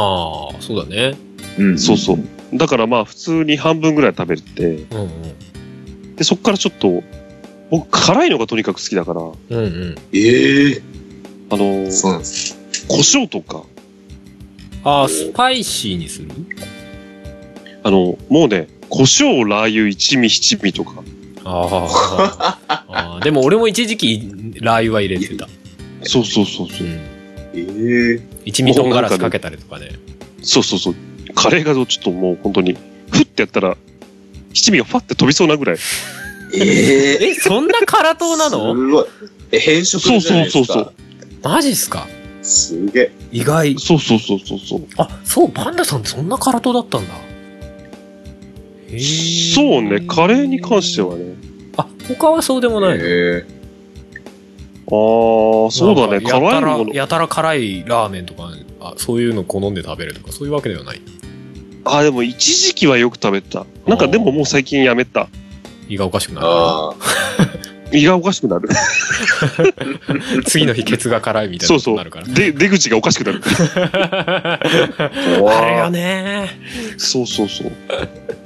[SPEAKER 3] そうだね。
[SPEAKER 4] うん
[SPEAKER 5] そうそう。だからまあ普通に半分ぐらい食べて、
[SPEAKER 3] うんうん。
[SPEAKER 5] で、そっからちょっと、僕辛いのがとにかく好きだから、あの
[SPEAKER 3] うんうん。
[SPEAKER 4] ええ
[SPEAKER 5] ー
[SPEAKER 4] そうなんです。
[SPEAKER 5] 胡椒とか、
[SPEAKER 3] ああ、スパイシーにする
[SPEAKER 5] あの、もうね、胡椒、ラー油、一味、七味とか。
[SPEAKER 3] ああ ああ。でも俺も一時期、ラー油は入れてた。
[SPEAKER 5] そうそうそうそうう。
[SPEAKER 3] ん。
[SPEAKER 4] ええ
[SPEAKER 3] 一味唐辛子かけたりとかね。
[SPEAKER 5] そうそうそう。カレーがちょっともう本当に、ふってやったら、七味がファって飛びそうなぐらい。
[SPEAKER 4] ええ
[SPEAKER 3] え、そんな辛党な の
[SPEAKER 4] すごい。え、変色じゃないですか。
[SPEAKER 5] そうそうそう
[SPEAKER 3] マジっすか
[SPEAKER 4] すげえ。
[SPEAKER 3] 意外。
[SPEAKER 5] そうそうそうそうそう。
[SPEAKER 3] あ、そう、パンダさんってそんな辛党だったんだ。へー
[SPEAKER 5] そうね、カレーに関して。はね。
[SPEAKER 3] あ、他はそうでもないの。
[SPEAKER 4] え
[SPEAKER 5] ああ、そうだね、
[SPEAKER 3] なんか
[SPEAKER 5] 辛
[SPEAKER 3] や
[SPEAKER 5] い
[SPEAKER 3] たら
[SPEAKER 5] もの。
[SPEAKER 3] やたら辛いラーメンとか、あそういうの好んで食べるとか、そういうわけではない。
[SPEAKER 5] あーでも一時期はよく食べてた。なんかでももう最近やめた。
[SPEAKER 3] 胃がおかしくなる。
[SPEAKER 4] ああ。
[SPEAKER 5] 胃がおかしくな る。
[SPEAKER 3] 次の日、ケツが辛いみたいな
[SPEAKER 5] そう
[SPEAKER 3] ことに
[SPEAKER 5] そ
[SPEAKER 3] なる
[SPEAKER 5] う
[SPEAKER 3] から。。
[SPEAKER 5] で、出口がおかしく なる。
[SPEAKER 3] あれよね
[SPEAKER 5] そうそうそう。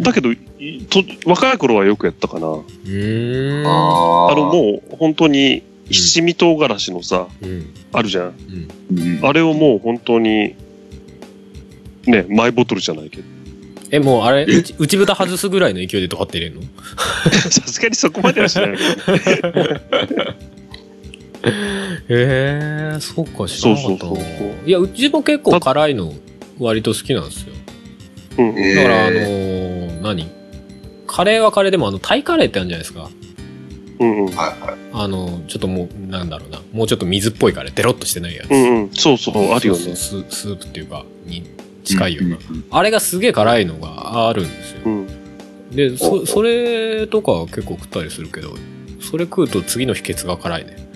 [SPEAKER 5] だけど、いと若い頃はよくやったかな。
[SPEAKER 3] うーん。
[SPEAKER 4] あ
[SPEAKER 5] あ
[SPEAKER 4] あ
[SPEAKER 5] の、もう本当に、七味唐辛子のさ、
[SPEAKER 3] うん。
[SPEAKER 5] あるじゃん。
[SPEAKER 3] うん。
[SPEAKER 4] うん、
[SPEAKER 5] あれをもう本当に、ね、マイボトルじゃないけど。
[SPEAKER 3] え、もうあれ、内内蓋外すぐらいの勢いでドバって入れるの
[SPEAKER 5] さすがにそこまではしないけど。
[SPEAKER 3] へえー、そっか、知らなかった
[SPEAKER 5] そうそうそうそう
[SPEAKER 3] いや、うちも結構辛いの割と好きなんですよ。
[SPEAKER 5] うん
[SPEAKER 4] え
[SPEAKER 3] だから、あのー
[SPEAKER 4] ー
[SPEAKER 3] 何カレーはカレーでも、あの、タイカレーってあるじゃないですか。
[SPEAKER 5] うんう
[SPEAKER 4] は
[SPEAKER 5] ん。
[SPEAKER 4] いはい。
[SPEAKER 3] あの、ちょっともう、なんだろうな。もうちょっと水っぽいカレー、デロッとしてないやつ。
[SPEAKER 5] うんうん。そうそう、あるよ
[SPEAKER 3] そう
[SPEAKER 5] ね。
[SPEAKER 3] そうススープっていうか、に近いような。
[SPEAKER 4] んんん
[SPEAKER 3] あれがすげえ辛いのがあるんですよ。
[SPEAKER 5] うん。
[SPEAKER 3] で、
[SPEAKER 4] ほうほ
[SPEAKER 3] そ、
[SPEAKER 4] う
[SPEAKER 3] それとかは結構食ったりするけど、それ食うと次の秘訣が辛いね。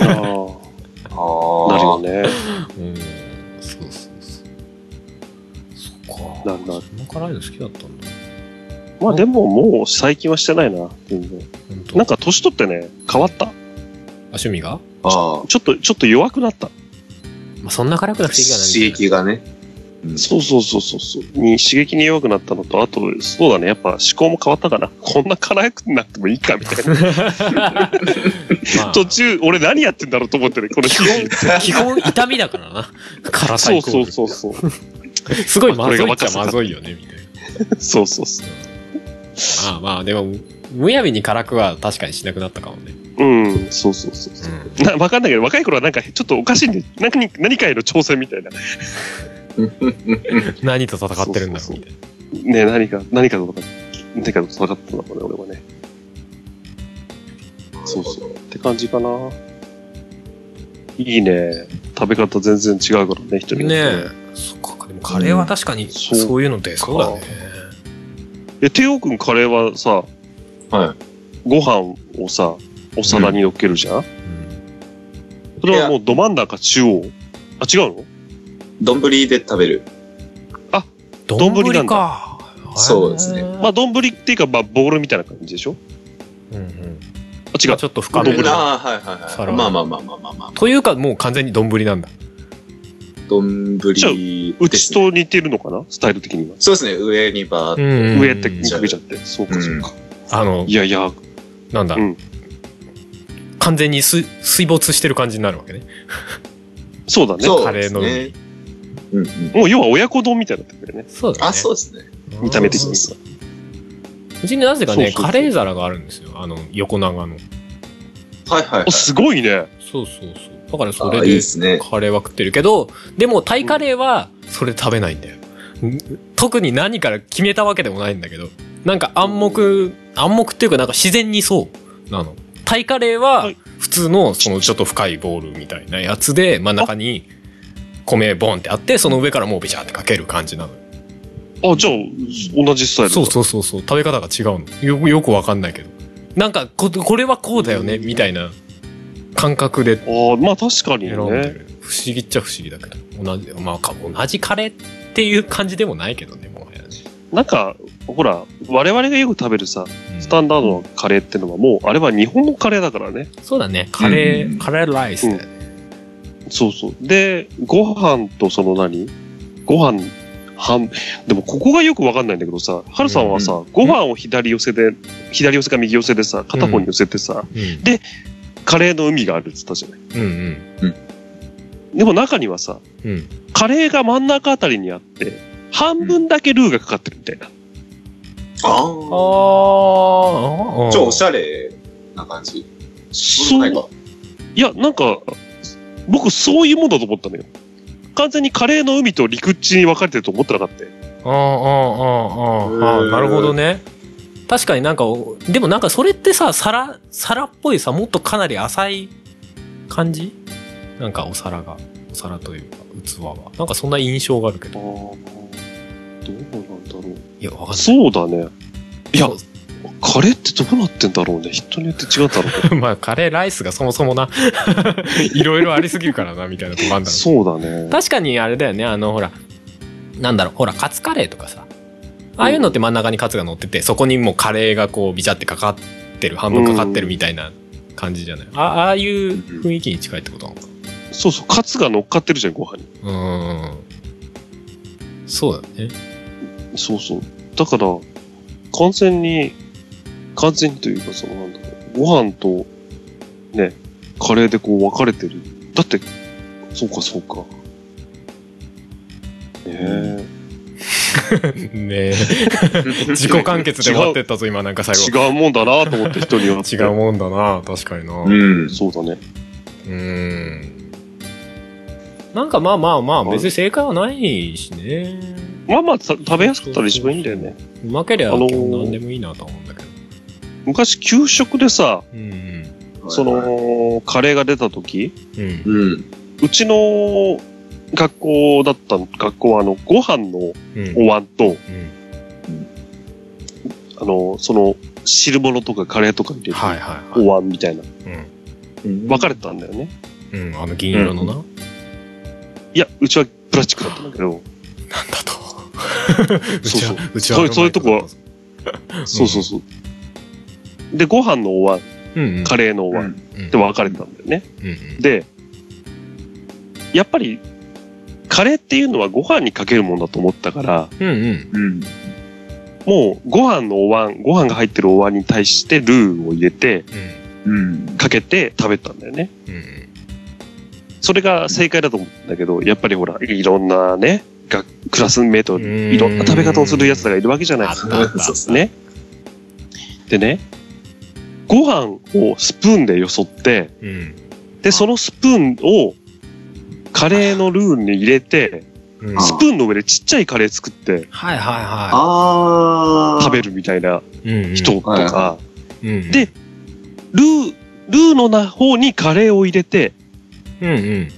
[SPEAKER 5] ああ、なるよ
[SPEAKER 4] ああ。
[SPEAKER 5] ね。
[SPEAKER 3] うん。そうそうそう。そっか。
[SPEAKER 5] なんだ
[SPEAKER 3] そんな辛いの好きだったんだ。
[SPEAKER 5] まあでももう最近はしてないな、全然。
[SPEAKER 3] 本当
[SPEAKER 5] なんか年取ってね、変わった。
[SPEAKER 3] あ趣味が
[SPEAKER 4] ああ。
[SPEAKER 5] ちょっと、ちょっと弱くなった。
[SPEAKER 3] まあ、そんな辛くなくていいかなみたい
[SPEAKER 4] 刺
[SPEAKER 3] な。
[SPEAKER 4] 激 がね。うん
[SPEAKER 5] そうそうそうそうそう。に刺激に弱くなったのと、あと、そうだね、やっぱ思考も変わったかな。こんな辛くなってもいいか、みたい な。
[SPEAKER 3] まあ
[SPEAKER 5] 途中、俺何やってんだろうと思ってね、この日々。
[SPEAKER 3] 基本痛みだからな。辛さ
[SPEAKER 5] そ
[SPEAKER 3] イ
[SPEAKER 5] う
[SPEAKER 3] コ
[SPEAKER 5] そ
[SPEAKER 3] ー
[SPEAKER 5] う
[SPEAKER 3] ル
[SPEAKER 5] そうそう。
[SPEAKER 3] すごいまずいっちゃまずいよね、みたいな。
[SPEAKER 5] そうそうそう。
[SPEAKER 3] まあまあ、でも、むやみに辛くは確かにしなくなったかもね。
[SPEAKER 5] うん、そうそうそうそう。
[SPEAKER 3] う
[SPEAKER 5] な、わかんないけど、若い頃はなんか、ちょっとおかしいんで、何何かへの挑戦みたいな。
[SPEAKER 3] ん、何と戦ってるんだろうみたいな。
[SPEAKER 5] ね、何か、何かとか、何かと戦ってたのかね、俺はね。そうそう。って感じかな。いいね。食べ方全然違うからね、人によって
[SPEAKER 3] ねえ。そっか、でもカレーは確かに
[SPEAKER 5] そう
[SPEAKER 3] そういうの出そうだね。
[SPEAKER 5] え、テオ君カレーはさ、
[SPEAKER 4] は
[SPEAKER 5] ご飯をさ、お皿に乗っけるじゃん、
[SPEAKER 3] うん
[SPEAKER 5] それはもうど真ん中中央あ、違うの
[SPEAKER 4] い。丼で食べる。
[SPEAKER 5] 丼なんだ
[SPEAKER 3] 丼か。
[SPEAKER 4] そうですね
[SPEAKER 5] まあ、丼っていうか、まあ、ボールみたいな感じでしょ
[SPEAKER 3] うんうん
[SPEAKER 5] あ、違
[SPEAKER 3] ま
[SPEAKER 5] う
[SPEAKER 3] あ。ちょっと深
[SPEAKER 5] あ
[SPEAKER 3] め
[SPEAKER 5] 丼
[SPEAKER 3] な。
[SPEAKER 4] ああ、はいはいは
[SPEAKER 3] 皿
[SPEAKER 4] い。まあまあまあまあまあまあ。
[SPEAKER 3] というか、もう完全に丼なんだ。
[SPEAKER 4] 丼です
[SPEAKER 5] じゃあ
[SPEAKER 4] ね。
[SPEAKER 5] うちと似てるのかなスタイル的には。
[SPEAKER 4] そうですね、上にバーっ
[SPEAKER 3] う
[SPEAKER 4] と。
[SPEAKER 3] んうんうん
[SPEAKER 5] 上ってにかけちゃって。そうか、そうか。
[SPEAKER 3] あの
[SPEAKER 5] い、やいや、
[SPEAKER 3] なんだ、
[SPEAKER 5] うん
[SPEAKER 3] 完全に水水没してる感じになるわけね。
[SPEAKER 5] そうだね。
[SPEAKER 4] そう
[SPEAKER 3] カレーの
[SPEAKER 4] ですね。うんうん。
[SPEAKER 5] もう要は親子丼みたいになってくるよね。
[SPEAKER 3] そうだね。
[SPEAKER 4] あ、そうですね。
[SPEAKER 5] 見た目的
[SPEAKER 3] う
[SPEAKER 5] に
[SPEAKER 3] ん
[SPEAKER 5] さ。
[SPEAKER 3] うちになぜか
[SPEAKER 5] そう
[SPEAKER 3] ね
[SPEAKER 5] そうそ
[SPEAKER 3] カ
[SPEAKER 5] う
[SPEAKER 3] レー皿があるんですよ。あの、横長の。
[SPEAKER 4] はいはいはい
[SPEAKER 5] お、。すごいね。
[SPEAKER 3] そうそうそう。だからそ
[SPEAKER 4] あ
[SPEAKER 3] れ
[SPEAKER 4] ーいい
[SPEAKER 3] で
[SPEAKER 4] ですね。
[SPEAKER 3] カレーは食ってるけど、でもタイカレーはそれ食べないんだよ。ん特に何から決めたわけでもないんだけど、なんか暗黙、暗黙っていうかなんか自然にそうなの。タイカレー
[SPEAKER 5] は
[SPEAKER 3] はい普通のそのちょっと深いボールみたいなやつで真ん中に米ボンってあって、その上からもうべちゃってかける感じなの。
[SPEAKER 5] あ、じゃあ、同じスタイルだ。
[SPEAKER 3] そうそうそうそう。食べ方が違うの。よく、よくわかんないけど。なんかこ、これはこうだよね、みたいな感覚で
[SPEAKER 5] ああ、まあ確かに
[SPEAKER 3] 選んで
[SPEAKER 5] ね。
[SPEAKER 3] る。不思議っちゃ不思議だけど。同じ、まあか、同じカレーっていう感じでもないけどね、もはやね。
[SPEAKER 5] なんか、ほら、我々がよく食べるさ、
[SPEAKER 3] うん
[SPEAKER 5] スタンダードのカレーってのはもう、あれは日本のカレーだからね。
[SPEAKER 3] そうだね。カレー、
[SPEAKER 4] うん
[SPEAKER 3] カレーライスだよね。
[SPEAKER 5] そうそう。で、ご飯とその何ご飯、半、でもここがよくわかんないんだけどさ、ハルさんはさ、ご飯を左寄せで、左寄せか右寄せでさ、片方に寄せてさ、カレーの海があるって言ったじゃない。
[SPEAKER 3] うん。うん
[SPEAKER 5] でも中にはさ、
[SPEAKER 3] うん。うん。
[SPEAKER 5] カレーが真ん中あたりにあって、半分だけルーがかかってるみたいな。
[SPEAKER 4] あ
[SPEAKER 3] あー
[SPEAKER 4] あ。
[SPEAKER 3] あ。
[SPEAKER 4] 超おしゃれな感じ。
[SPEAKER 5] そ
[SPEAKER 4] な
[SPEAKER 5] う。
[SPEAKER 4] ん か
[SPEAKER 5] いや、なんか、僕そういうもんだと思ったのよ。完全にカレーの海と陸地に分かれてると思ってなかったよ。
[SPEAKER 3] ああ、ああ、ああ、ああ、
[SPEAKER 4] うん
[SPEAKER 3] なるほどね。確かになんか、おでもなんかそれってさ、皿、皿っぽいさ、もっとかなり浅い感じなんかお皿が、お皿というか、器は。なんかそんな印象があるけど。
[SPEAKER 5] どうなんだろ
[SPEAKER 3] いや、わかん
[SPEAKER 5] う。そうだね。いや
[SPEAKER 3] そ、
[SPEAKER 5] カレーってどうなってんだろうね。人によって違うんだろうね。
[SPEAKER 3] ない。 まあ、カレーライスがそもそもな、 いろいろありすぎるからな、みたいなとこあんだろ
[SPEAKER 5] そうだね
[SPEAKER 3] う。。確かにあれだよね、あの、ほら、なんだろう、ほら、カツカレーとかさ。ああいうのって真ん中にカツが乗ってて、そこにもうカレーがこうビチャってかかってる、半分かかってるみたいな感じじゃない、あああいう雰囲気に近いってことなのか。
[SPEAKER 5] そうそう、カツが乗っかってるじゃん、ご飯に。
[SPEAKER 3] うーん。そうだね。
[SPEAKER 5] そうそう。だから、完全に、完全にというか、そのなんだろう、ご飯と、ね、カレーでこう分かれてる。だって、そうかそうか。ねえ
[SPEAKER 3] ねえ自己完結で終わってったぞ今なんか最後
[SPEAKER 5] 違うもんだなと思って一人になっ て
[SPEAKER 3] 違うもんだな確かにな
[SPEAKER 4] う。
[SPEAKER 3] うん
[SPEAKER 5] そうだね
[SPEAKER 3] ーんなんかまあまあまあ
[SPEAKER 5] はい
[SPEAKER 3] 別に正解はないしね
[SPEAKER 5] まあまあた食べやすかったら一番いいんだよね
[SPEAKER 3] うまけりゃ
[SPEAKER 5] あのー
[SPEAKER 3] 基本何でもいいなとは思うんだけど
[SPEAKER 5] 昔給食でさ
[SPEAKER 3] うんうん
[SPEAKER 5] そ、のカレーが出た時
[SPEAKER 3] うん
[SPEAKER 4] うん。
[SPEAKER 5] うちの学校だった学校はあのご飯の
[SPEAKER 3] うん
[SPEAKER 5] お椀と
[SPEAKER 3] うん
[SPEAKER 5] あのその汁物とかカレーとか入れて
[SPEAKER 3] はいはい
[SPEAKER 5] お
[SPEAKER 3] は
[SPEAKER 5] 椀みたいない分かれてたんだよね
[SPEAKER 3] うんうんあの銀色のななん
[SPEAKER 5] いやうちはプラスチックだったんだけど
[SPEAKER 3] だとうち
[SPEAKER 5] そうそう
[SPEAKER 3] はうちは
[SPEAKER 5] そうそういうとこは
[SPEAKER 3] アルバイトだったぞ
[SPEAKER 5] そうそうそうでご飯のお椀
[SPEAKER 3] うんうん
[SPEAKER 5] カレーのお
[SPEAKER 4] う
[SPEAKER 5] 椀
[SPEAKER 4] ん。
[SPEAKER 5] って分かれてたんだよね
[SPEAKER 3] うんうん
[SPEAKER 5] で、やっぱり、カレーっていうのはご飯にかけるものだと思ったから、
[SPEAKER 3] うんうん
[SPEAKER 4] うん。
[SPEAKER 5] もうご飯のお椀、ご飯が入ってるお椀に対してルーを入れて、
[SPEAKER 3] うん
[SPEAKER 4] うん。
[SPEAKER 5] かけて食べたんだよね。
[SPEAKER 3] うん
[SPEAKER 5] それが正解だと思ったんだけど、やっぱりほら、いろんなね、がクラスメート、
[SPEAKER 3] うん
[SPEAKER 5] いろんな食べ方をする奴らがいるわけじゃない
[SPEAKER 3] あ
[SPEAKER 5] です
[SPEAKER 3] った
[SPEAKER 5] か。
[SPEAKER 3] あった
[SPEAKER 4] そう
[SPEAKER 5] ね。でね、ご飯をスプーンでよそって、
[SPEAKER 3] うん
[SPEAKER 5] で、そのスプーンをカレーのルーに入れて、
[SPEAKER 3] うん
[SPEAKER 5] ス
[SPEAKER 4] あ
[SPEAKER 5] プーンの上でちっちゃいカレー作って
[SPEAKER 3] はいはいは
[SPEAKER 4] ああ。
[SPEAKER 5] 食べるみたいな
[SPEAKER 3] う
[SPEAKER 5] い
[SPEAKER 3] んうん
[SPEAKER 5] 人とか、
[SPEAKER 3] うんうん
[SPEAKER 5] でルー、ルーのな方にカレーを入れて
[SPEAKER 3] うんうん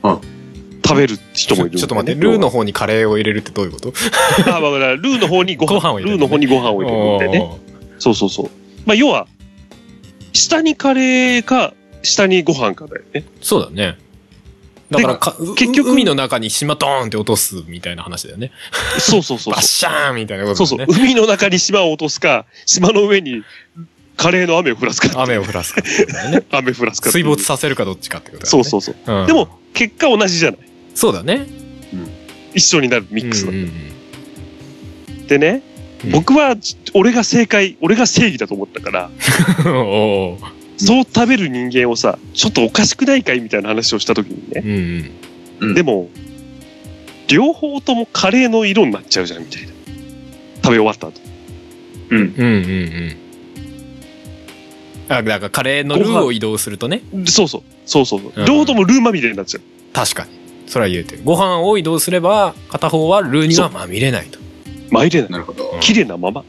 [SPEAKER 5] 食べる人もいる、
[SPEAKER 3] ちょちょっと待って、ルーの。方にカレーを入れるってどういうこと
[SPEAKER 5] あ、まあまあ、ルーの方にご飯
[SPEAKER 3] ご飯を入れる
[SPEAKER 5] ルーの方にご飯を入れるんでね。そうそうそう。まあ、要は、下にカレーか、下にご飯かだよね。
[SPEAKER 3] そうだね。だからか、
[SPEAKER 5] 結
[SPEAKER 3] 結
[SPEAKER 5] 局
[SPEAKER 3] 局海の中に島ドーンって落とすみたいな話だよね。
[SPEAKER 5] そうそうそ う
[SPEAKER 3] バッシャーンみたいなこ
[SPEAKER 5] そ
[SPEAKER 3] と
[SPEAKER 5] う。そう
[SPEAKER 3] だ
[SPEAKER 5] そう
[SPEAKER 3] よね。。
[SPEAKER 5] 海の中に島を落とすか、島の上にカレーの雨を降らすか、
[SPEAKER 3] 雨を降らすかっていうことだよね。
[SPEAKER 5] 雨降らすか。
[SPEAKER 3] 水没。させるかどっちかってことだよ
[SPEAKER 5] そ
[SPEAKER 3] ね。
[SPEAKER 5] うそうそう。
[SPEAKER 3] うん
[SPEAKER 5] でも、、結果同じじゃない。
[SPEAKER 3] そうだね。
[SPEAKER 5] 一緒になるミックス
[SPEAKER 3] う
[SPEAKER 5] だ
[SPEAKER 3] んうんうん
[SPEAKER 5] でね、
[SPEAKER 3] うん
[SPEAKER 5] 僕は、ち俺が正解、俺が正義だと思ったから、
[SPEAKER 3] おー
[SPEAKER 5] そう食べる人間をさ、ちょっとおかしくないかいみたいな話をした時にね、
[SPEAKER 3] うんうん。
[SPEAKER 4] うん
[SPEAKER 5] でも、両方ともカレーの色になっちゃうじゃん、みたいな。食べ終わった後。
[SPEAKER 3] うんうんうん。あだからカレーのルーを移動するとね、
[SPEAKER 5] そうそう、そうそうそう
[SPEAKER 3] うん
[SPEAKER 5] 両方ともルーまみれになっちゃう。
[SPEAKER 3] 確かに。それは言えてる。ご飯を移動すれば、片方はルーにはまみれないと。
[SPEAKER 5] まいれない。
[SPEAKER 4] なるほど。
[SPEAKER 5] 綺麗なまま。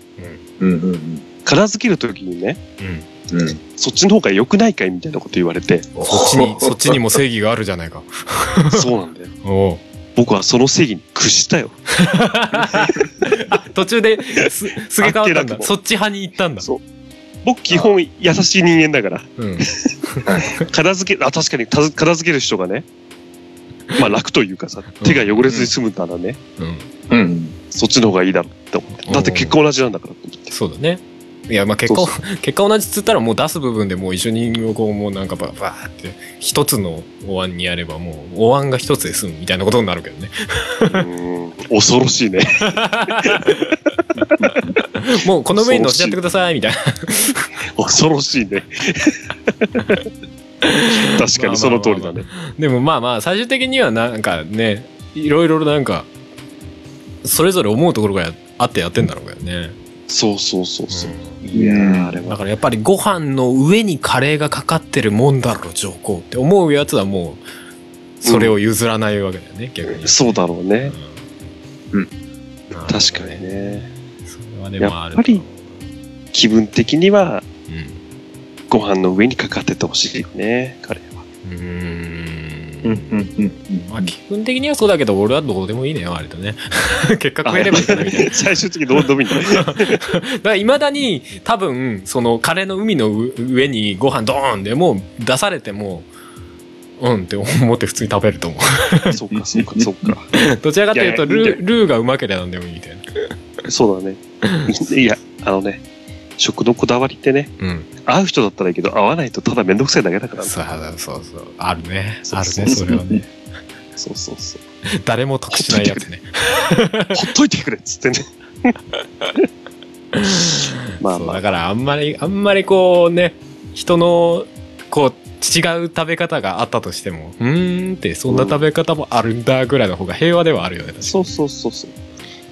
[SPEAKER 4] うんうん
[SPEAKER 5] 片付ける時にね、
[SPEAKER 3] うん。
[SPEAKER 4] うん。うん。
[SPEAKER 5] そっちの方が良くないかいみたいなこと言わ れて、
[SPEAKER 3] そっちに、そっちにも正義があるじゃ ないか。
[SPEAKER 5] そうなんだよ。
[SPEAKER 3] おう
[SPEAKER 5] 僕はその正義に屈したよ。
[SPEAKER 3] 途中です、すげ変わったん
[SPEAKER 5] あっけなく
[SPEAKER 3] だ。
[SPEAKER 5] も
[SPEAKER 3] そっち派に行ったんだ。
[SPEAKER 5] そう僕基本優しい人間だから。
[SPEAKER 3] うん。
[SPEAKER 5] 片付け、あ、確かにたず片付ける人がね、まあ楽というかさ、手が汚れずに済むならね、
[SPEAKER 3] うん。
[SPEAKER 4] うん。
[SPEAKER 5] そっちの方がいいだろうって思って。だって
[SPEAKER 3] うん
[SPEAKER 5] 結果同じなんだからって思って。
[SPEAKER 3] そうだね。いや、まあ結果を
[SPEAKER 5] そ、
[SPEAKER 3] 結果同じっつったらもう出す部分でもう一緒にこうもうなんかばばーって一つのお椀にやればもうお椀が一つで済むみたいなことになるけど ね。
[SPEAKER 5] うん恐ろしいね。
[SPEAKER 3] もうこの上に乗せちゃってくださいみたいな。
[SPEAKER 5] 恐ろし いね。確かにその通りだね。
[SPEAKER 3] でもまあまあ最終的にはなんかね、いろいろなんか、それぞれ思うところがあってやってんだろうけどね。
[SPEAKER 5] そうそうそうそう。
[SPEAKER 3] う
[SPEAKER 5] いや
[SPEAKER 4] うん
[SPEAKER 5] ーあれ
[SPEAKER 3] んだ
[SPEAKER 5] は。
[SPEAKER 3] からやっぱりご飯の上にカレーがかかってるもんだろ、上皇って思うやつはもう、それを譲らないわけだよね、逆に。
[SPEAKER 5] そうだろうね。
[SPEAKER 4] うん
[SPEAKER 5] 確かに。ね。
[SPEAKER 3] それはでもある
[SPEAKER 5] やっぱり気分的には
[SPEAKER 3] うん
[SPEAKER 5] ご飯の上にかかっててほしいよね、カレーは。
[SPEAKER 3] うーん
[SPEAKER 4] うんうんうん
[SPEAKER 3] まあ気分的にはそうだけど俺はどうでもいいね割とね 結果食えればいいかなみたいな
[SPEAKER 5] 最終的にどうでもいいんだね。
[SPEAKER 3] だからいまだに多分そのカレーの海のう上にご飯ドーンでもう出されてもうんって思って普通に食べると思 う
[SPEAKER 5] そうか、そうか、そうか。
[SPEAKER 3] どちらかというと
[SPEAKER 5] いやいや
[SPEAKER 3] ル
[SPEAKER 5] いいんだよ
[SPEAKER 3] ールーがうまければなんでもいいみたいな
[SPEAKER 5] そうだね。いや、あのね、食のこだわりってね、
[SPEAKER 3] うん
[SPEAKER 5] 合う人だったらいいけど、合わないとただめんどくさいだけだから。
[SPEAKER 3] そうそうそうあるね
[SPEAKER 5] そう
[SPEAKER 3] ある
[SPEAKER 5] そう
[SPEAKER 3] ねそれはね
[SPEAKER 5] そうそうそう。
[SPEAKER 3] 誰も得しないやつね
[SPEAKER 5] ほっといてくれっつってね。 まあ
[SPEAKER 3] そう
[SPEAKER 5] ま
[SPEAKER 3] だ
[SPEAKER 5] あ、
[SPEAKER 3] からあんまりあんまりこうね人のこう違う食べ方があったとしてもうーんってそんな食べ方もあるんだぐらいの方が平和ではあるよね確かに
[SPEAKER 5] そうそうそうそう。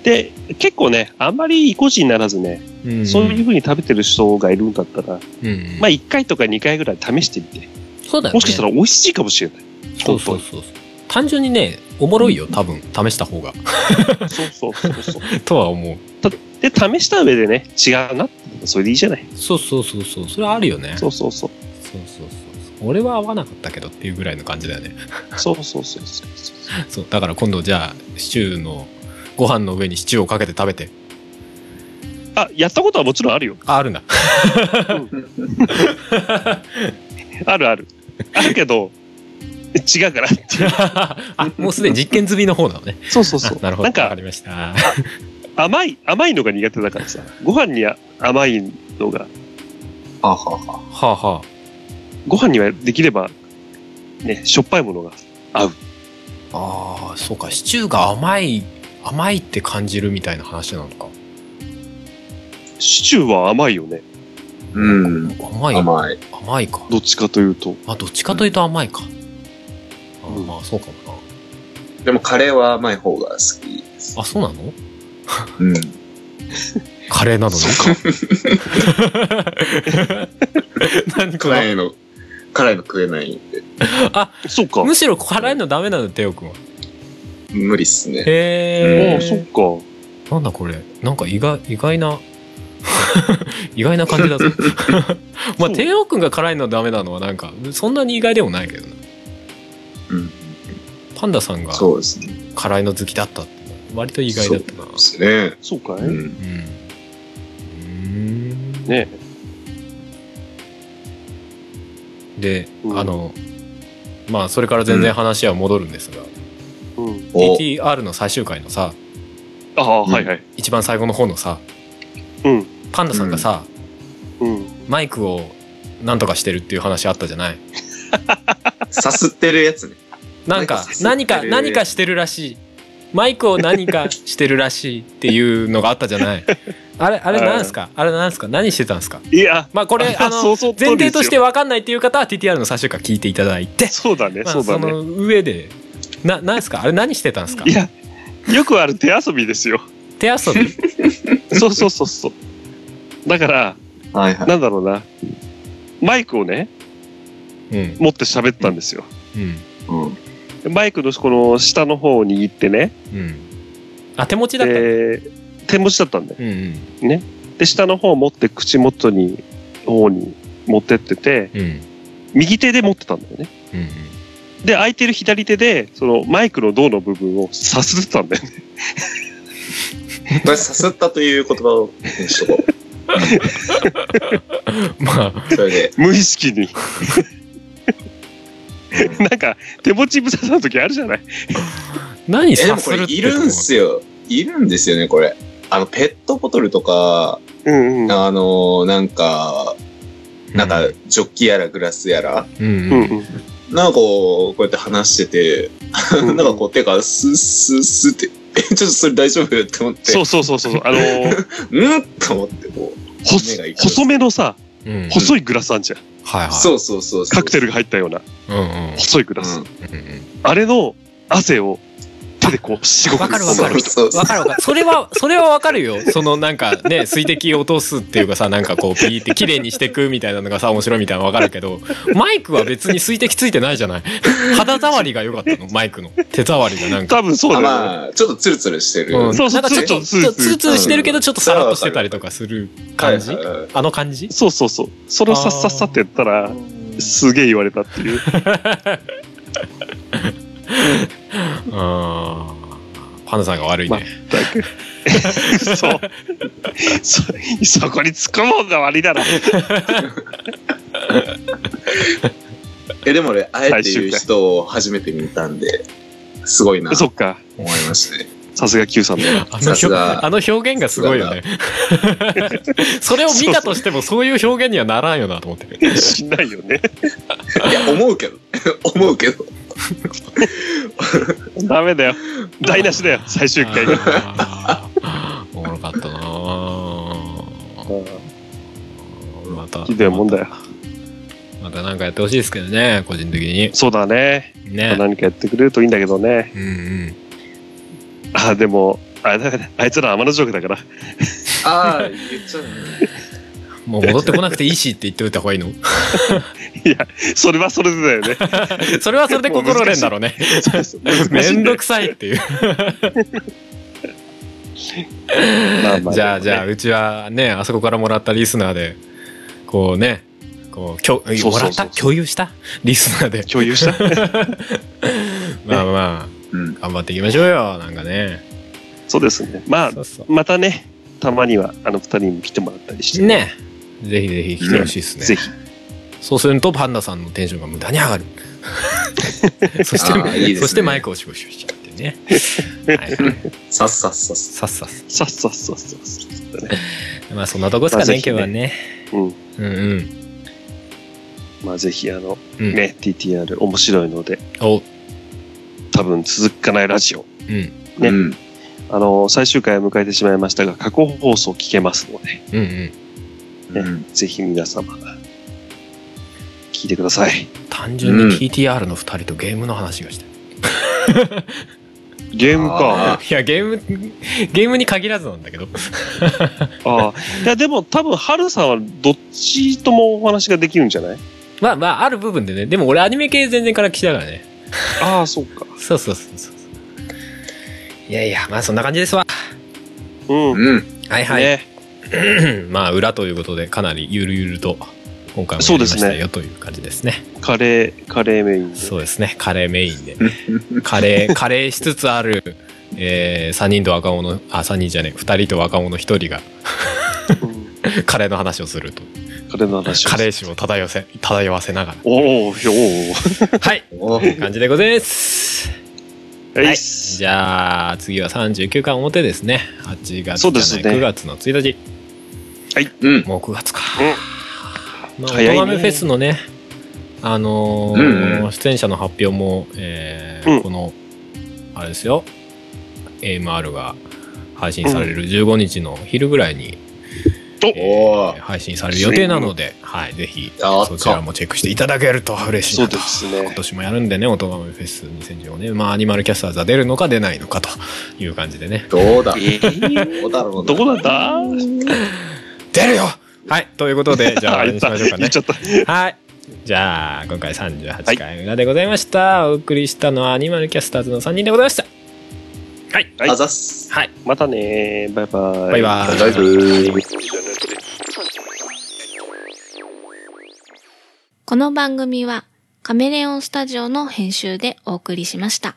[SPEAKER 5] で、結構ね、あんまり意固地にならずね、
[SPEAKER 3] うん
[SPEAKER 5] そういう風に食べてる人がいるんだったら、
[SPEAKER 3] うん
[SPEAKER 5] まあ1回とか2回ぐらい試してみて、
[SPEAKER 3] そうだよね
[SPEAKER 5] もしかしたら美味しいかもしれない。
[SPEAKER 3] そうそうそうそう単純にねおもろいよ多分試した方が
[SPEAKER 5] 本当にそうそうそう そう。
[SPEAKER 3] とは思う
[SPEAKER 5] で、試した上でね、違うなって言ったらそれでいいじゃない。
[SPEAKER 3] そうそうそうそうそれはあるよね
[SPEAKER 5] そうそうそ
[SPEAKER 3] そ
[SPEAKER 5] う。
[SPEAKER 3] うそうそう俺は合わなかったけどっていうぐらいの感じだよね
[SPEAKER 5] そうそうそうそう。
[SPEAKER 3] そうだから今度じゃあシチューのご飯の上にシチューをかけて食べて
[SPEAKER 5] あ、やったことはもちろんあるよ。
[SPEAKER 3] ああるんだ
[SPEAKER 5] あるある。あるけど、違うからっていう。
[SPEAKER 3] あもうすでに実験済みの方なのね
[SPEAKER 5] そうそうそう
[SPEAKER 3] あ。なるほど
[SPEAKER 5] なん
[SPEAKER 3] わか
[SPEAKER 5] か
[SPEAKER 3] りました
[SPEAKER 5] 甘い、甘いのが苦手だからさ。ご飯にあ甘いのが、
[SPEAKER 4] はあ、はあはあ、
[SPEAKER 3] はあは
[SPEAKER 5] ご飯にはできれば、ね、しょっぱいものが。
[SPEAKER 3] ああーそうかシチューが甘い甘いって感じるみたいな話なのか
[SPEAKER 5] シチューは甘いよね。
[SPEAKER 4] うん。
[SPEAKER 3] 甘い甘
[SPEAKER 4] 甘い。
[SPEAKER 3] いか
[SPEAKER 5] どっちかというと。
[SPEAKER 3] あどっちかというと甘いか、あ
[SPEAKER 5] うん
[SPEAKER 3] まあそうかも
[SPEAKER 4] でもカレーは甘い方が好きです
[SPEAKER 3] なあ。そうなの
[SPEAKER 4] うん。
[SPEAKER 3] カレーなのに
[SPEAKER 5] そうか。
[SPEAKER 3] 何こ
[SPEAKER 4] 辛
[SPEAKER 3] れ
[SPEAKER 4] いの、辛いの食えないんで、
[SPEAKER 5] そうか。
[SPEAKER 3] むしろ辛いのダメなんだテオ君は
[SPEAKER 4] 無理っすね。
[SPEAKER 3] へ
[SPEAKER 5] ああ、そ
[SPEAKER 3] え
[SPEAKER 5] っか。
[SPEAKER 3] なんだこれなんか意外意外な 意外な感 じだぞまあ
[SPEAKER 5] そう
[SPEAKER 3] テオ君が辛いのダメなのはなんかそんなに意外でもないけどな
[SPEAKER 4] うん。
[SPEAKER 3] パンダさんが
[SPEAKER 4] そうですね。
[SPEAKER 3] 辛いの好きだったって割と意外だったな
[SPEAKER 4] そうですね。
[SPEAKER 5] そうかい、
[SPEAKER 4] うん。
[SPEAKER 3] うんうーん
[SPEAKER 5] ね
[SPEAKER 3] で、
[SPEAKER 5] うん
[SPEAKER 3] あのまあそれから全然話は戻るんですが、
[SPEAKER 5] うん。
[SPEAKER 4] お
[SPEAKER 3] ATR の最終回のさ
[SPEAKER 5] ああ、はいはい。
[SPEAKER 3] 一番最後の方のさ、
[SPEAKER 5] うん
[SPEAKER 3] パンダさんがさ、
[SPEAKER 5] うん。
[SPEAKER 3] マイクをなんとかしてるっていう話あったじゃない
[SPEAKER 4] さすってるやつね。
[SPEAKER 3] なんか
[SPEAKER 4] マ
[SPEAKER 3] 何
[SPEAKER 4] イク
[SPEAKER 3] か
[SPEAKER 4] させてる
[SPEAKER 3] 何かしてるらしいマイクを何かしてるらしいっていうのがあったじゃないあれあれなんですかあれなんですか何してたんですか
[SPEAKER 5] いや、
[SPEAKER 3] まあ これ あの
[SPEAKER 5] そうそう
[SPEAKER 3] 前提として
[SPEAKER 5] は。
[SPEAKER 3] 分かんないっていう方は TTR の最終回聞いていただいて、
[SPEAKER 5] そうだね、
[SPEAKER 3] まあ
[SPEAKER 5] そうだ
[SPEAKER 3] そ
[SPEAKER 5] ね。
[SPEAKER 3] の上でななんすかあれ何してたんですか
[SPEAKER 5] いや、よくある手遊びですよ。
[SPEAKER 3] 手遊び
[SPEAKER 5] そうそうそうそう。だから、
[SPEAKER 4] はいはい。
[SPEAKER 5] なんだろうな。マイクをね、
[SPEAKER 3] うん
[SPEAKER 5] 持って喋ったんですよ。
[SPEAKER 3] うん
[SPEAKER 4] うん。
[SPEAKER 5] マイクのこの下の方を握ってね、
[SPEAKER 3] うんあ手持ちだった、
[SPEAKER 5] で、手持ちだったんで。
[SPEAKER 3] うんうん
[SPEAKER 5] で、下の方を持って口元に、方に持ってってて、
[SPEAKER 3] うんうん
[SPEAKER 5] 右手で持ってたんだよね。
[SPEAKER 3] うん
[SPEAKER 5] で、空いてる左手で、そのマイクの胴の部分をさすってたんだよね。
[SPEAKER 4] これ、さすったという言葉を手にしとこ
[SPEAKER 3] まあ
[SPEAKER 4] う。それで、
[SPEAKER 5] 無意識
[SPEAKER 4] う
[SPEAKER 5] に。
[SPEAKER 4] ん
[SPEAKER 5] なんか、手持ちぶさた時あるじゃない。
[SPEAKER 3] 何
[SPEAKER 4] え、で
[SPEAKER 3] さ
[SPEAKER 4] もこ
[SPEAKER 3] する
[SPEAKER 4] れ
[SPEAKER 3] って
[SPEAKER 4] いるんすよ。いるんですよね、これ。あの、ペットボトルとか、
[SPEAKER 5] うんうん。
[SPEAKER 4] あの、なんか、なんか、ジョッキやらグラスやら、
[SPEAKER 3] うん
[SPEAKER 5] う
[SPEAKER 3] うんん
[SPEAKER 5] うん。
[SPEAKER 4] なんかこう、こうやって話してて、
[SPEAKER 5] うん
[SPEAKER 4] なんかこう、手がスッスッスッって、え、ちょっとそれ大丈夫って思って、
[SPEAKER 5] そうそうそうそう。あのー、
[SPEAKER 4] うんと思って、こ
[SPEAKER 5] ほ
[SPEAKER 4] 目が行く、
[SPEAKER 5] 細めのさ、
[SPEAKER 3] うん
[SPEAKER 5] 細いグラスあんじゃん。
[SPEAKER 3] はいうは
[SPEAKER 4] そうそうそうそう。
[SPEAKER 5] カクテルが入ったような、
[SPEAKER 3] いうんうん
[SPEAKER 5] 細いグラス。
[SPEAKER 3] う
[SPEAKER 4] う
[SPEAKER 3] んうん
[SPEAKER 5] あれの汗を手でこう、しごく。
[SPEAKER 3] わかるわかる
[SPEAKER 4] そうそう
[SPEAKER 3] わかるわかるそれはそれはわかるよそのなんかね水滴を落とすっていうかさなんかこうピーって綺麗にしてくみたいなのがさ面白いみたいなのわかるけどマイクは別に水滴ついてないじゃない肌触りが良かったのマイクの手触りがなんか。
[SPEAKER 5] 多分そうだ
[SPEAKER 4] あ
[SPEAKER 5] よ、ね
[SPEAKER 4] まあ、ちょっとツルツルしてる。
[SPEAKER 3] うん、
[SPEAKER 5] そうそ
[SPEAKER 3] な
[SPEAKER 5] う
[SPEAKER 3] か
[SPEAKER 5] ん
[SPEAKER 3] ちょっと
[SPEAKER 5] ツルツル
[SPEAKER 3] ツルツルしてるけどちょっとさらっとしてたりとかする感じ
[SPEAKER 4] はいはいはい
[SPEAKER 3] あの感じ
[SPEAKER 5] そうそうそう。それをさっさっさってやったら、すげえ言われたっていう。
[SPEAKER 3] あーパンダさんが悪いね、
[SPEAKER 5] そう。そ、そこに突っ込むのが悪いだろ。
[SPEAKER 4] え、でも俺、あえて言う人を初めて見たんで、すごいな、
[SPEAKER 5] そ
[SPEAKER 4] 思い
[SPEAKER 5] っか。
[SPEAKER 4] ましたね。
[SPEAKER 5] さすが Q さんだ。
[SPEAKER 3] あの
[SPEAKER 4] さす
[SPEAKER 3] 表
[SPEAKER 4] が
[SPEAKER 3] あの表現がすごいよね それを見たとしてもそういう表現にはならんよなと思って
[SPEAKER 5] しないよね。
[SPEAKER 4] いや、思うけど、 思うけど。
[SPEAKER 5] ダメだよ。台無しだよ、最終回。
[SPEAKER 3] あー おもろかったなぁまた
[SPEAKER 5] ひどいもんだよ。
[SPEAKER 3] またなんかやってほしいですけどね個人的に
[SPEAKER 5] そうだね。
[SPEAKER 3] ね
[SPEAKER 5] 何かやってくれるといいんだけどね。
[SPEAKER 3] うんうん
[SPEAKER 5] あ、でも、あだからあいつら天のクだから。
[SPEAKER 4] あ あ、言っちゃうね。
[SPEAKER 3] もう戻ってこなくていいしって言っておいた方がいい の
[SPEAKER 5] それはそれでだよね。
[SPEAKER 3] それはそれで心折れんだろうね。
[SPEAKER 5] そうそう
[SPEAKER 3] めんどく
[SPEAKER 5] さ
[SPEAKER 3] さいっていう。
[SPEAKER 5] い。まあま
[SPEAKER 3] じゃあじゃあ、
[SPEAKER 5] あ。
[SPEAKER 3] うちはね、あそこからもらったリスナーで、こうね、こう、きょ
[SPEAKER 5] そうそう
[SPEAKER 3] もらった
[SPEAKER 5] そうそう
[SPEAKER 3] 共有したリスナーで。
[SPEAKER 5] 共有した
[SPEAKER 3] まあま
[SPEAKER 4] うん。
[SPEAKER 3] あ、頑張っていきましょうよ、なんかね。
[SPEAKER 5] そうですね。まあ、
[SPEAKER 3] そうそ
[SPEAKER 5] またね、たまにはあの二人にも来てもらったりして。
[SPEAKER 3] う。ね。ぜひぜひ来てほしいですね。
[SPEAKER 5] ぜひ。
[SPEAKER 3] そうするとパンダさんのテンションが無駄に 上がる。そして
[SPEAKER 4] あーいいですね
[SPEAKER 3] そしてマイクをシュワシュワしちゃってね。はい、
[SPEAKER 4] さっさっさっさ。
[SPEAKER 3] さっさっさ
[SPEAKER 5] さっさっさっさっさっとね。
[SPEAKER 3] まあそんなとこですか
[SPEAKER 5] まあ
[SPEAKER 3] ね、
[SPEAKER 5] ぜひね
[SPEAKER 3] 今日はね。
[SPEAKER 5] う
[SPEAKER 3] う
[SPEAKER 5] ん。
[SPEAKER 3] んうん。
[SPEAKER 5] まあぜひ、あの、
[SPEAKER 3] うん、。
[SPEAKER 5] ね、TTR 面白いので、
[SPEAKER 3] お、
[SPEAKER 5] 多分続かないラジオ。
[SPEAKER 3] うん。
[SPEAKER 5] ね
[SPEAKER 4] うん。
[SPEAKER 5] あの、最終回を迎えてしまいましたが、過去放送聞けますので、
[SPEAKER 3] うんうん。
[SPEAKER 4] うん。
[SPEAKER 5] ぜひ皆様、聞いてください。
[SPEAKER 3] 単純に
[SPEAKER 4] うん
[SPEAKER 3] TTR の二人とゲームの話がしたい。
[SPEAKER 5] ゲームか。
[SPEAKER 4] あ
[SPEAKER 3] いや、ゲーム、ゲームに限らずなんだけど。
[SPEAKER 5] ああ。いや、でも多分、ハルさんはどっちともお話ができるんじゃない
[SPEAKER 3] まあまあ、ある部分でね。でも俺アニメ系全然から来たからね。
[SPEAKER 5] ああ、そうか。
[SPEAKER 3] そうそうそうそう。いやいや、まあそんな感じですわ。
[SPEAKER 5] うん。
[SPEAKER 4] うん。
[SPEAKER 3] はいはい。
[SPEAKER 5] ね。
[SPEAKER 3] まあ裏ということでかなりゆるゆると今回もやりましたよという感じですね。
[SPEAKER 5] カレー、カレーメインで。
[SPEAKER 3] そうですね。カレーメインで。カレー、 カレーしつつある、え3人と若者、あ、3人じゃねえ、2人と若者1人が
[SPEAKER 5] うん
[SPEAKER 3] カレーの話をすると。
[SPEAKER 5] カレーの話を。
[SPEAKER 3] カレー酒を漂わせ、漂わせなが
[SPEAKER 5] おーおーおー
[SPEAKER 3] ら。はい。
[SPEAKER 4] お
[SPEAKER 3] 感じでございます。
[SPEAKER 5] おー
[SPEAKER 3] は
[SPEAKER 5] はいい。
[SPEAKER 3] じゃあ次は39巻表ですね。8月
[SPEAKER 5] そうで
[SPEAKER 3] じゃ
[SPEAKER 5] す
[SPEAKER 3] ない、
[SPEAKER 5] ね
[SPEAKER 3] 9月の1日。
[SPEAKER 4] うん。
[SPEAKER 3] もう9月か。まあ、
[SPEAKER 5] 早いね
[SPEAKER 3] 音めフェスのね、あのー
[SPEAKER 4] うんう
[SPEAKER 3] 出演者の発表も、えー
[SPEAKER 5] うん
[SPEAKER 3] この、あれですよ、AMR が配信される15日の昼ぐらいに、
[SPEAKER 4] おー
[SPEAKER 3] 配信される予定なので、はい、ぜひ、
[SPEAKER 4] やった
[SPEAKER 3] そちらもチェックしていただけると嬉しい
[SPEAKER 5] そう
[SPEAKER 3] な
[SPEAKER 5] で
[SPEAKER 3] と。
[SPEAKER 5] す
[SPEAKER 3] 今
[SPEAKER 5] ね。
[SPEAKER 3] 年もやるんでね、音めフェス2015ね、まあ、アニマルキャスターズは出るのか出ないのかという感じでね。
[SPEAKER 4] どうだ
[SPEAKER 5] え ー
[SPEAKER 4] どうだろうな
[SPEAKER 5] どこなんだ
[SPEAKER 3] 出るよはい、ということで、じゃあ、あれ
[SPEAKER 5] 言
[SPEAKER 3] に
[SPEAKER 5] っ
[SPEAKER 3] しま
[SPEAKER 5] た。
[SPEAKER 3] しょうかね
[SPEAKER 5] 言っ。ちゃった。
[SPEAKER 3] はい。じゃあ、今回38回裏でございました。お送りしたのはアニマルキャスターズの3人でございました。
[SPEAKER 4] あざっす。
[SPEAKER 3] はい。
[SPEAKER 5] またねー。バイバイ。
[SPEAKER 3] バイバイ。
[SPEAKER 4] 大丈夫。
[SPEAKER 1] この番組はカメレオンスタジオの編集でお送りしました。